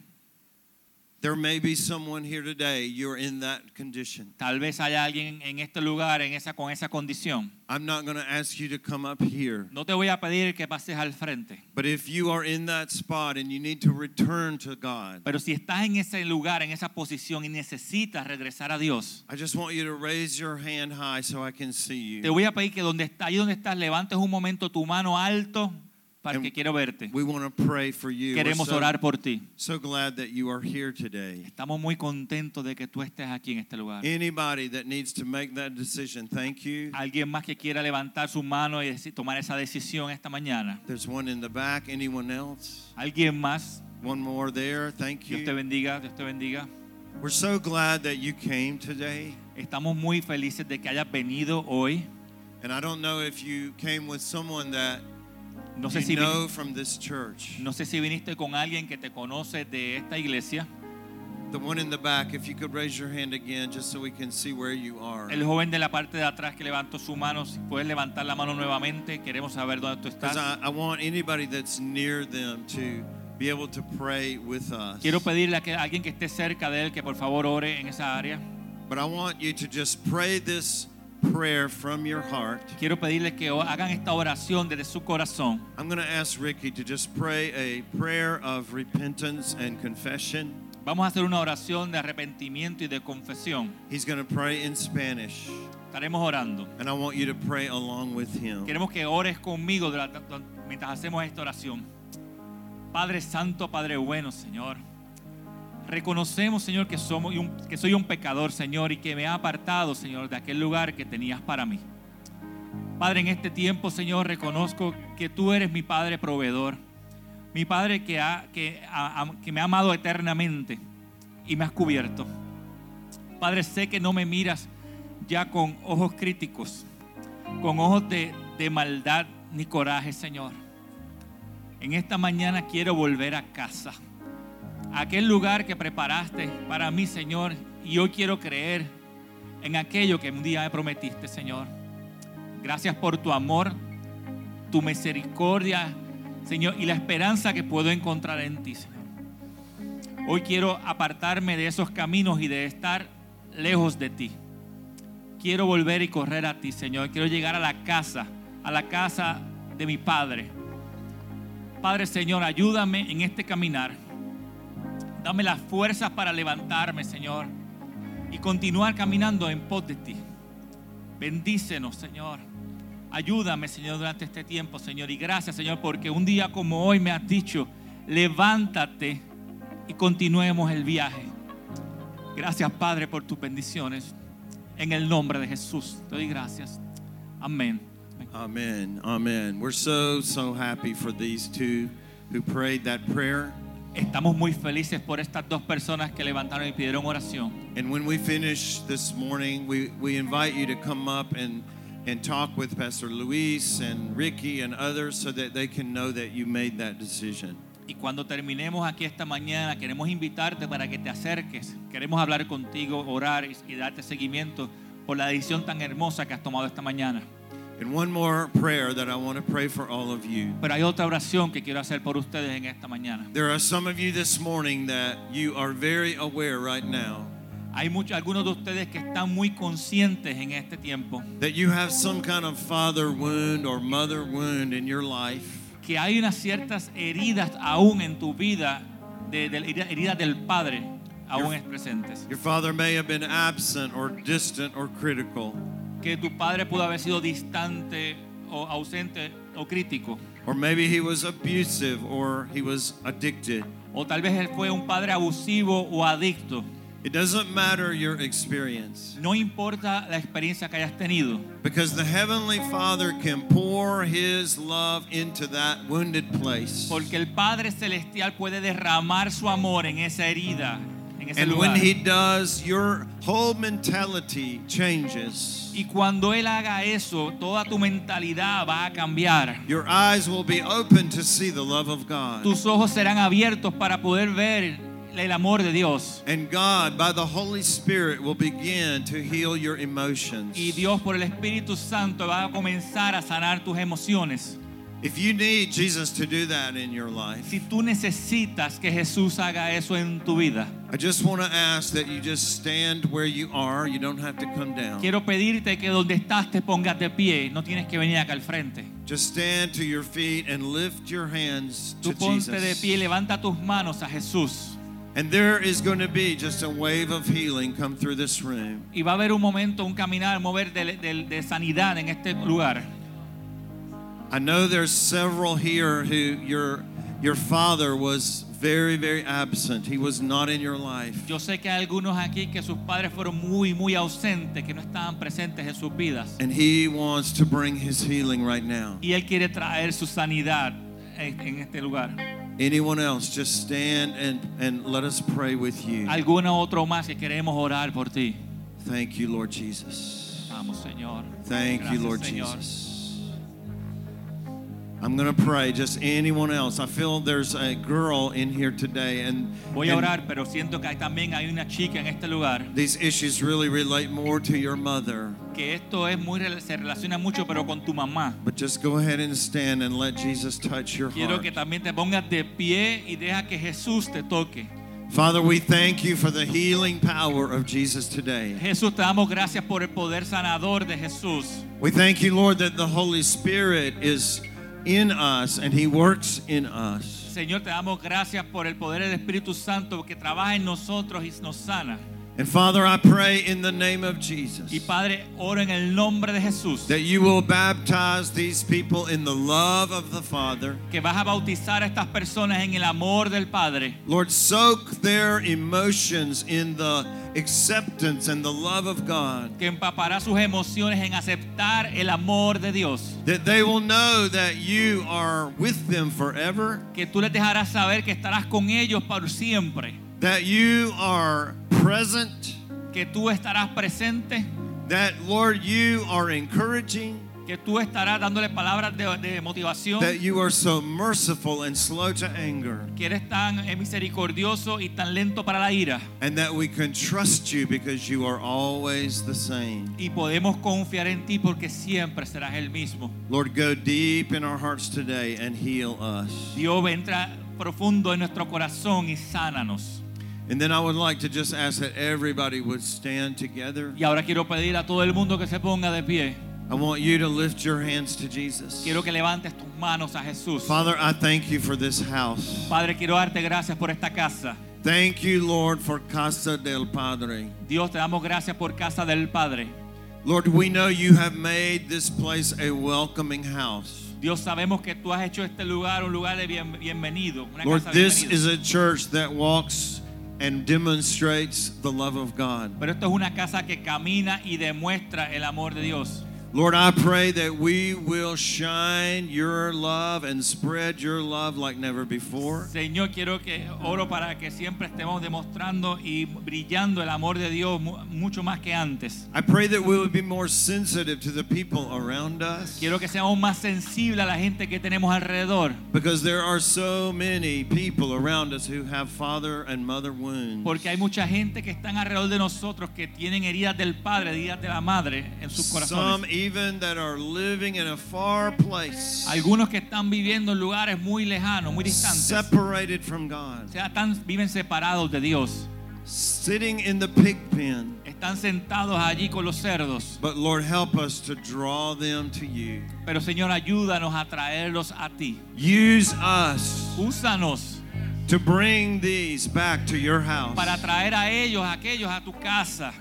Speaker 2: There may be someone here today, you're in that condition.
Speaker 3: Tal vez haya alguien en este lugar en esa, con esa condición.
Speaker 2: I'm not going to ask you to come up here.
Speaker 3: No te voy a pedir que pases al frente.
Speaker 2: But if you are in that spot and you need to return to God,
Speaker 3: Pero si estás en ese lugar, en esa posición y necesitas regresar a Dios,
Speaker 2: I just want you to raise your hand high so I can see
Speaker 3: te
Speaker 2: you.
Speaker 3: voy a pedir que donde está, ahí donde estás levantes un momento tu mano alto para
Speaker 2: Em-
Speaker 3: que quiero verte.
Speaker 2: We want to pray for you. We're
Speaker 3: Queremos
Speaker 2: so,
Speaker 3: orar por ti.
Speaker 2: so glad that you are here today.
Speaker 3: Estamos muy contentos de que tú estés aquí en este lugar.
Speaker 2: Anybody that needs to make that decision, thank you.
Speaker 3: Alguien más que quiera levantar su mano y deci- tomar esa decisión esta mañana.
Speaker 2: There's one in the back. Anyone else?
Speaker 3: Alguien más.
Speaker 2: One more there. Thank
Speaker 3: Dios te
Speaker 2: you.
Speaker 3: bendiga, Dios te bendiga.
Speaker 2: We're so glad that you came today.
Speaker 3: Estamos muy felices de que hayas venido hoy.
Speaker 2: And I don't know if you came with someone that
Speaker 3: No sé, si
Speaker 2: you
Speaker 3: vin-
Speaker 2: know from this church.
Speaker 3: no sé si viniste con alguien que te conoce de esta iglesia.
Speaker 2: The one in the back, if you could raise your hand again just so we can see where you are.
Speaker 3: El joven de la parte de atrás que levantó su mano, si puedes levantar la mano nuevamente, queremos saber dónde tú
Speaker 2: Because
Speaker 3: estás.
Speaker 2: I, I want anybody that's near them to be able to pray with us.
Speaker 3: Quiero pedirle a, que, a alguien que esté cerca de él que por favor ore en esa área.
Speaker 2: But I want you to just pray this prayer from your heart.
Speaker 3: Quiero pedirle que o- hagan esta oración desde su corazón.
Speaker 2: I'm going to ask Ricky to just pray a prayer of repentance and confession.
Speaker 3: Vamos a hacer una oración de arrepentimiento y de confesión.
Speaker 2: He's going to pray in Spanish.
Speaker 3: Estaremos orando.
Speaker 2: And I want you to pray along with him.
Speaker 3: Queremos que ores conmigo durante- mientras hacemos esta oración. Padre Santo, Padre Bueno, Señor. Reconocemos, Señor, que, somos, un- que soy un pecador, Señor, y que me ha apartado, Señor, de aquel lugar que tenías para mí. Padre, en este tiempo, Señor, reconozco que tú eres mi Padre proveedor. Mi Padre que, ha- que ha- ha- que me ha amado eternamente y me has cubierto. Padre, sé que no me miras ya con ojos críticos con ojos de, de maldad ni coraje, Señor. En esta mañana quiero volver a casa, a aquel lugar que preparaste para mí, Señor, y hoy quiero creer en aquello que un día me prometiste, Señor. Gracias por tu amor, tu misericordia, Señor, y la esperanza que puedo encontrar en ti, Señor. Hoy quiero apartarme de esos caminos y de estar lejos de ti quiero volver y correr a ti, Señor. Quiero llegar a la casa, a la casa de mi Padre. Padre Señor, ayúdame en este caminar. Dame las fuerzas para levantarme, Señor, y continuar caminando en pos de ti. Bendícenos, Señor. Ayúdame, Señor, durante este tiempo, Señor. Y gracias, Señor, porque un día como hoy me has dicho, levántate y continuemos el viaje. Gracias, Padre, por tus bendiciones. En el nombre de Jesús te doy gracias. Amén.
Speaker 2: Amen. Amen. We're so, so happy for these two who prayed that prayer.
Speaker 3: Estamos muy felices por estas dos personas que levantaron y pidieron oración.
Speaker 2: And when we finish this morning, we, we invite you to come up and, and talk with Pastor Luis and Ricky and others so that they can know that you made that decision.
Speaker 3: Y cuando terminemos aquí esta mañana, queremos invitarte para que te acerques. Queremos hablar contigo, orar y, y darte seguimiento por la decisión tan hermosa que has tomado esta mañana.
Speaker 2: And one more prayer that I want to pray for all of you.
Speaker 3: Pero hay otra oración que quiero hacer por ustedes en esta mañana.
Speaker 2: There are some of you this morning that you are very aware right now
Speaker 3: Hay muchos, algunos de ustedes que están muy conscientes en este tiempo
Speaker 2: that you have some kind of father wound or mother wound in your life.
Speaker 3: que hay unas ciertas heridas aún en tu vida, de, de- herida- heridas del Padre, aún es presentes.
Speaker 2: Your father may have been absent or distant or critical,
Speaker 3: Que tu Padre pudo haber sido distante o ausente o crítico.
Speaker 2: or maybe he was abusive or he was addicted.
Speaker 3: O tal vez él fue un padre abusivo o adicto.
Speaker 2: It doesn't matter your experience
Speaker 3: No importa la experiencia que hayas tenido,
Speaker 2: because the Heavenly Father can pour His love into that wounded place.
Speaker 3: porque el Padre Celestial puede derramar su amor en esa herida, en ese
Speaker 2: And when
Speaker 3: lugar.
Speaker 2: He does, your whole mentality changes.
Speaker 3: Y cuando Él haga eso, toda tu mentalidad va a cambiar.
Speaker 2: Your eyes will be open to see the love of God.
Speaker 3: tus ojos serán abiertos para poder ver el amor de Dios.
Speaker 2: And God, by the Holy Spirit, will begin to heal your emotions.
Speaker 3: Y Dios por el Espíritu Santo va a comenzar a sanar tus emociones.
Speaker 2: If you need Jesus to do that in your life,
Speaker 3: Si tú necesitas que Jesús haga eso en tu vida,
Speaker 2: I just want to ask that you just stand where you are. You don't have to come down.
Speaker 3: quiero pedirte que donde estás te pongas de pie, no tienes que venir acá al frente.
Speaker 2: Just stand to your feet and lift your hands to
Speaker 3: Tú ponte de pie,
Speaker 2: Jesus.
Speaker 3: levanta tus manos a Jesús
Speaker 2: And there is going to be just a wave of healing come through this room.
Speaker 3: y va a haber un momento, un caminar, mover de, de- de sanidad en este lugar.
Speaker 2: I know there's several here who your your father was very very absent. He was not in your life.
Speaker 3: Yo sé que hay algunos aquí que sus padres fueron muy, muy ausentes, que no estaban presentes en sus vidas.
Speaker 2: And he wants to bring his healing right now.
Speaker 3: y Él quiere traer su sanidad en en este lugar.
Speaker 2: Anyone else, just stand and, and let us pray with you.
Speaker 3: Alguno otro más que queremos orar por ti.
Speaker 2: Thank you, Lord Jesus.
Speaker 3: Vamos, Señor.
Speaker 2: Thank you,
Speaker 3: Gracias,
Speaker 2: Lord
Speaker 3: Señor.
Speaker 2: Jesus. I'm going to pray. Just anyone else. I feel there's a girl in here today, and,
Speaker 3: Voy a
Speaker 2: and
Speaker 3: orar, pero siento que hay- también hay una chica en este lugar
Speaker 2: these issues really relate more to your mother.
Speaker 3: que esto es muy rel- se relaciona mucho, pero con tu mamá.
Speaker 2: But just go ahead and stand and let Jesus touch your
Speaker 3: Quiero
Speaker 2: heart.
Speaker 3: que también te pongas de pie y deja que Jesús te toque.
Speaker 2: Father, we thank you for the healing power of Jesus today.
Speaker 3: Jesús, te damos gracias por el poder sanador de Jesús.
Speaker 2: We thank you, Lord, that the Holy Spirit is in us and He works in us.
Speaker 3: Señor, te damos gracias por el poder del Espíritu Santo que trabaja en nosotros y nos sana.
Speaker 2: And Father, I pray in the name of Jesus
Speaker 3: Y Padre, oro en el nombre de Jesús
Speaker 2: that you will baptize these people in the love of the Father.
Speaker 3: que vas a bautizar a estas personas en el amor del Padre.
Speaker 2: Lord, soak their emotions in the acceptance and the love of God.
Speaker 3: que empapará sus emociones en aceptar el amor de Dios.
Speaker 2: That they will know that you are with them forever,
Speaker 3: Que tú les dejarás saber que estarás con ellos para siempre.
Speaker 2: that you are present,
Speaker 3: Que tú estarás presente.
Speaker 2: that, Lord, you are encouraging,
Speaker 3: Que tú estarás dándole palabras de, de motivación.
Speaker 2: that you are so merciful and slow to anger,
Speaker 3: Que eres tan eh, misericordioso y tan lento para la ira.
Speaker 2: and that we can trust you because you are always the same.
Speaker 3: Y podemos confiar en ti porque siempre serás el mismo.
Speaker 2: Lord, go deep in our hearts today and heal us.
Speaker 3: Dios entra profundo en nuestro corazón y sánanos.
Speaker 2: And then I would like to just ask that everybody would stand together.
Speaker 3: Y ahora quiero pedir a todo el mundo que se ponga de pie.
Speaker 2: I want you to lift your hands to Jesus.
Speaker 3: Quiero que levantes tus manos a Jesús.
Speaker 2: Father, I thank you for this house.
Speaker 3: Padre, quiero darte gracias por esta casa.
Speaker 2: Thank you, Lord, for Casa del Padre.
Speaker 3: Dios, te damos gracias por casa del Padre.
Speaker 2: Lord, we know you have made this place a welcoming house.
Speaker 3: Dios, sabemos que tú has hecho este lugar un lugar de bien- bienvenido. Una
Speaker 2: Lord,
Speaker 3: casa
Speaker 2: this
Speaker 3: bienvenida.
Speaker 2: is a church that walks and demonstrates the love of God.
Speaker 3: Pero esto es una casa que camina y demuestra el amor de Dios.
Speaker 2: Lord, I pray that we will shine your love and spread your love like never before.
Speaker 3: Señor, quiero que oro para que siempre estemos demostrando y brillando el amor de Dios mu- mucho más que antes.
Speaker 2: I pray that we would be more sensitive to the people around us.
Speaker 3: Quiero que seamos más sensibles a la gente que tenemos alrededor.
Speaker 2: Because there are so many people around us who have father and mother wounds.
Speaker 3: Porque hay mucha gente que están alrededor de nosotros que tienen heridas del padre, heridas de la madre en sus corazones.
Speaker 2: Some even that are living in a far place,
Speaker 3: Algunos que están viviendo en lugares muy lejanos, muy distantes. O
Speaker 2: separated from God,
Speaker 3: sea, están, viven separados de Dios.
Speaker 2: sitting in the pig pen.
Speaker 3: Están sentados allí con los cerdos.
Speaker 2: But Lord, help us to draw them to you.
Speaker 3: Pero Señor, ayúdanos a traerlos a ti.
Speaker 2: Use us
Speaker 3: Úsanos
Speaker 2: to bring these back to your house.
Speaker 3: para traer a ellos, a aquellos, a tu casa.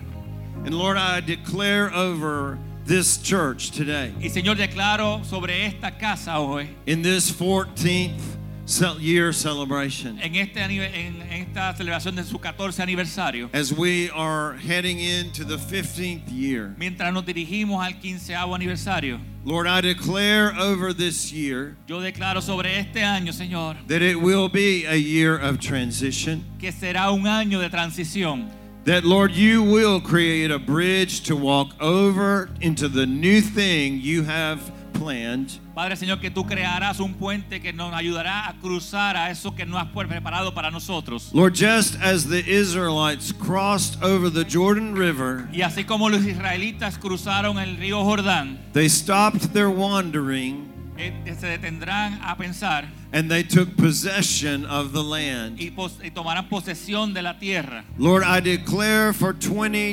Speaker 2: And Lord, I declare over this church today,
Speaker 3: Y Señor, declaro sobre esta casa eh, hoy,
Speaker 2: in this 14th cel- year celebration.
Speaker 3: en, este, anive- en, en esta celebración de su 14 aniversario,
Speaker 2: As we are heading into the 15th year,
Speaker 3: mientras nos dirigimos al 15 aniversario,
Speaker 2: Lord, I declare over this year
Speaker 3: yo declaro sobre este año, Señor,
Speaker 2: that it will be a year of transition.
Speaker 3: que será un año de transición.
Speaker 2: That, Lord, you will create a bridge to walk over into the new thing you have planned.
Speaker 3: Padre Señor, que tú crearás un puente que nos ayudará a cruzar a eso que no has pu- preparado para nosotros.
Speaker 2: Lord, just as the Israelites crossed over the Jordan River,
Speaker 3: Y así como los israelitas cruzaron el río Jordán,
Speaker 2: they stopped their wandering
Speaker 3: eh, se detendrán a pensar
Speaker 2: and they took possession of the land.
Speaker 3: y, pos- y tomarán posesión de la tierra.
Speaker 2: Lord, I declare for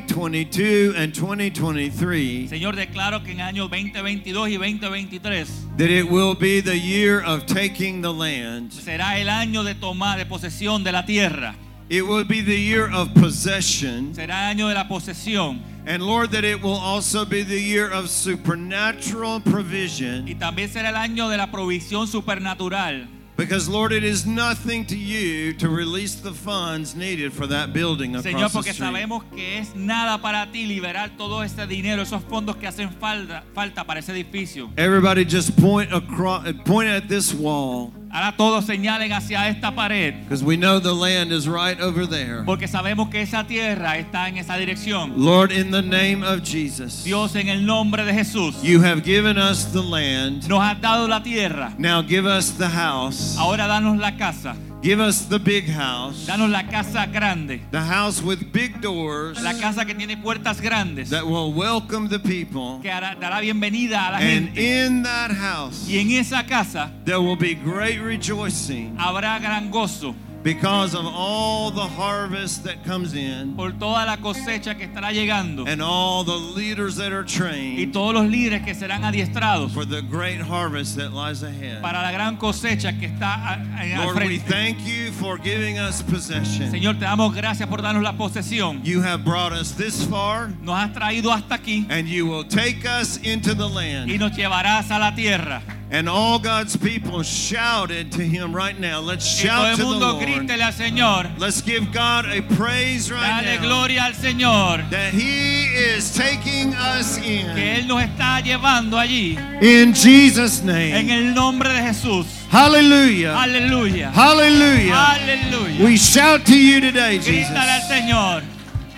Speaker 2: 2022 and 2023
Speaker 3: Señor, declaro que en años 2022 y 2023
Speaker 2: that it will be the year of taking the land.
Speaker 3: será el año de tomar de posesión de la tierra.
Speaker 2: It will be the year of possession.
Speaker 3: Será año de la posesión
Speaker 2: And Lord, that it will also be the year of supernatural
Speaker 3: y
Speaker 2: provision.
Speaker 3: también será el año de la provisión supernatural.
Speaker 2: Because, Lord, it is nothing to you to release the funds needed for that building
Speaker 3: Señor,
Speaker 2: across the
Speaker 3: porque
Speaker 2: street.
Speaker 3: sabemos que es nada para ti liberar todo ese dinero, esos fondos que hacen falta, falta para ese edificio.
Speaker 2: Everybody just point across point at this wall
Speaker 3: Ahora todos señalen hacia esta pared,
Speaker 2: because we know the land is right over there.
Speaker 3: porque sabemos que esa tierra está en esa dirección.
Speaker 2: Lord, in the name of Jesus,
Speaker 3: Dios, en el nombre de Jesús,
Speaker 2: you have given us the land.
Speaker 3: nos has dado la tierra.
Speaker 2: Now give us the house.
Speaker 3: Ahora danos la casa,
Speaker 2: Give us the big house.
Speaker 3: danos la casa grande,
Speaker 2: The house with big doors
Speaker 3: la casa que tiene puertas grandes,
Speaker 2: that will welcome the people.
Speaker 3: que hará- dará bienvenida a la
Speaker 2: And
Speaker 3: gente.
Speaker 2: in that house,
Speaker 3: Y en esa casa
Speaker 2: there will be great rejoicing
Speaker 3: habrá gran gozo,
Speaker 2: because of all the harvest that comes in
Speaker 3: por toda la cosecha que estará llegando
Speaker 2: and all the leaders that are
Speaker 3: y
Speaker 2: trained
Speaker 3: todos los líderes que serán adiestrados
Speaker 2: for the great harvest that lies ahead.
Speaker 3: para la gran cosecha que está a- a- al
Speaker 2: Lord, we
Speaker 3: frente.
Speaker 2: thank you for giving us possession.
Speaker 3: Señor, te damos gracias por darnos la posesión.
Speaker 2: You have brought us this far,
Speaker 3: Nos has traído hasta aquí
Speaker 2: and you will take us into the
Speaker 3: y
Speaker 2: land.
Speaker 3: nos llevarás a la tierra.
Speaker 2: And all God's people shouted to him right now. Let's
Speaker 3: Y todo
Speaker 2: shout
Speaker 3: el
Speaker 2: to the
Speaker 3: mundo
Speaker 2: Lord.
Speaker 3: grítele al Señor.
Speaker 2: Let's give God a praise right
Speaker 3: Dale
Speaker 2: now
Speaker 3: gloria al Señor.
Speaker 2: that He is taking us
Speaker 3: Que
Speaker 2: in.
Speaker 3: Él nos está llevando allí.
Speaker 2: In Jesus'
Speaker 3: En
Speaker 2: name.
Speaker 3: el nombre de Jesús.
Speaker 2: Hallelujah.
Speaker 3: Aleluya.
Speaker 2: Hallelujah.
Speaker 3: Aleluya.
Speaker 2: We shout to you today, Jesus.
Speaker 3: Grítale al Señor.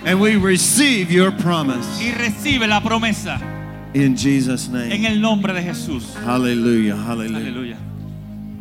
Speaker 2: And we receive your promise.
Speaker 3: Y recibe la promesa.
Speaker 2: In Jesus'
Speaker 3: En
Speaker 2: name.
Speaker 3: el nombre de Jesús.
Speaker 2: Hallelujah. Hallelujah.
Speaker 3: Aleluya.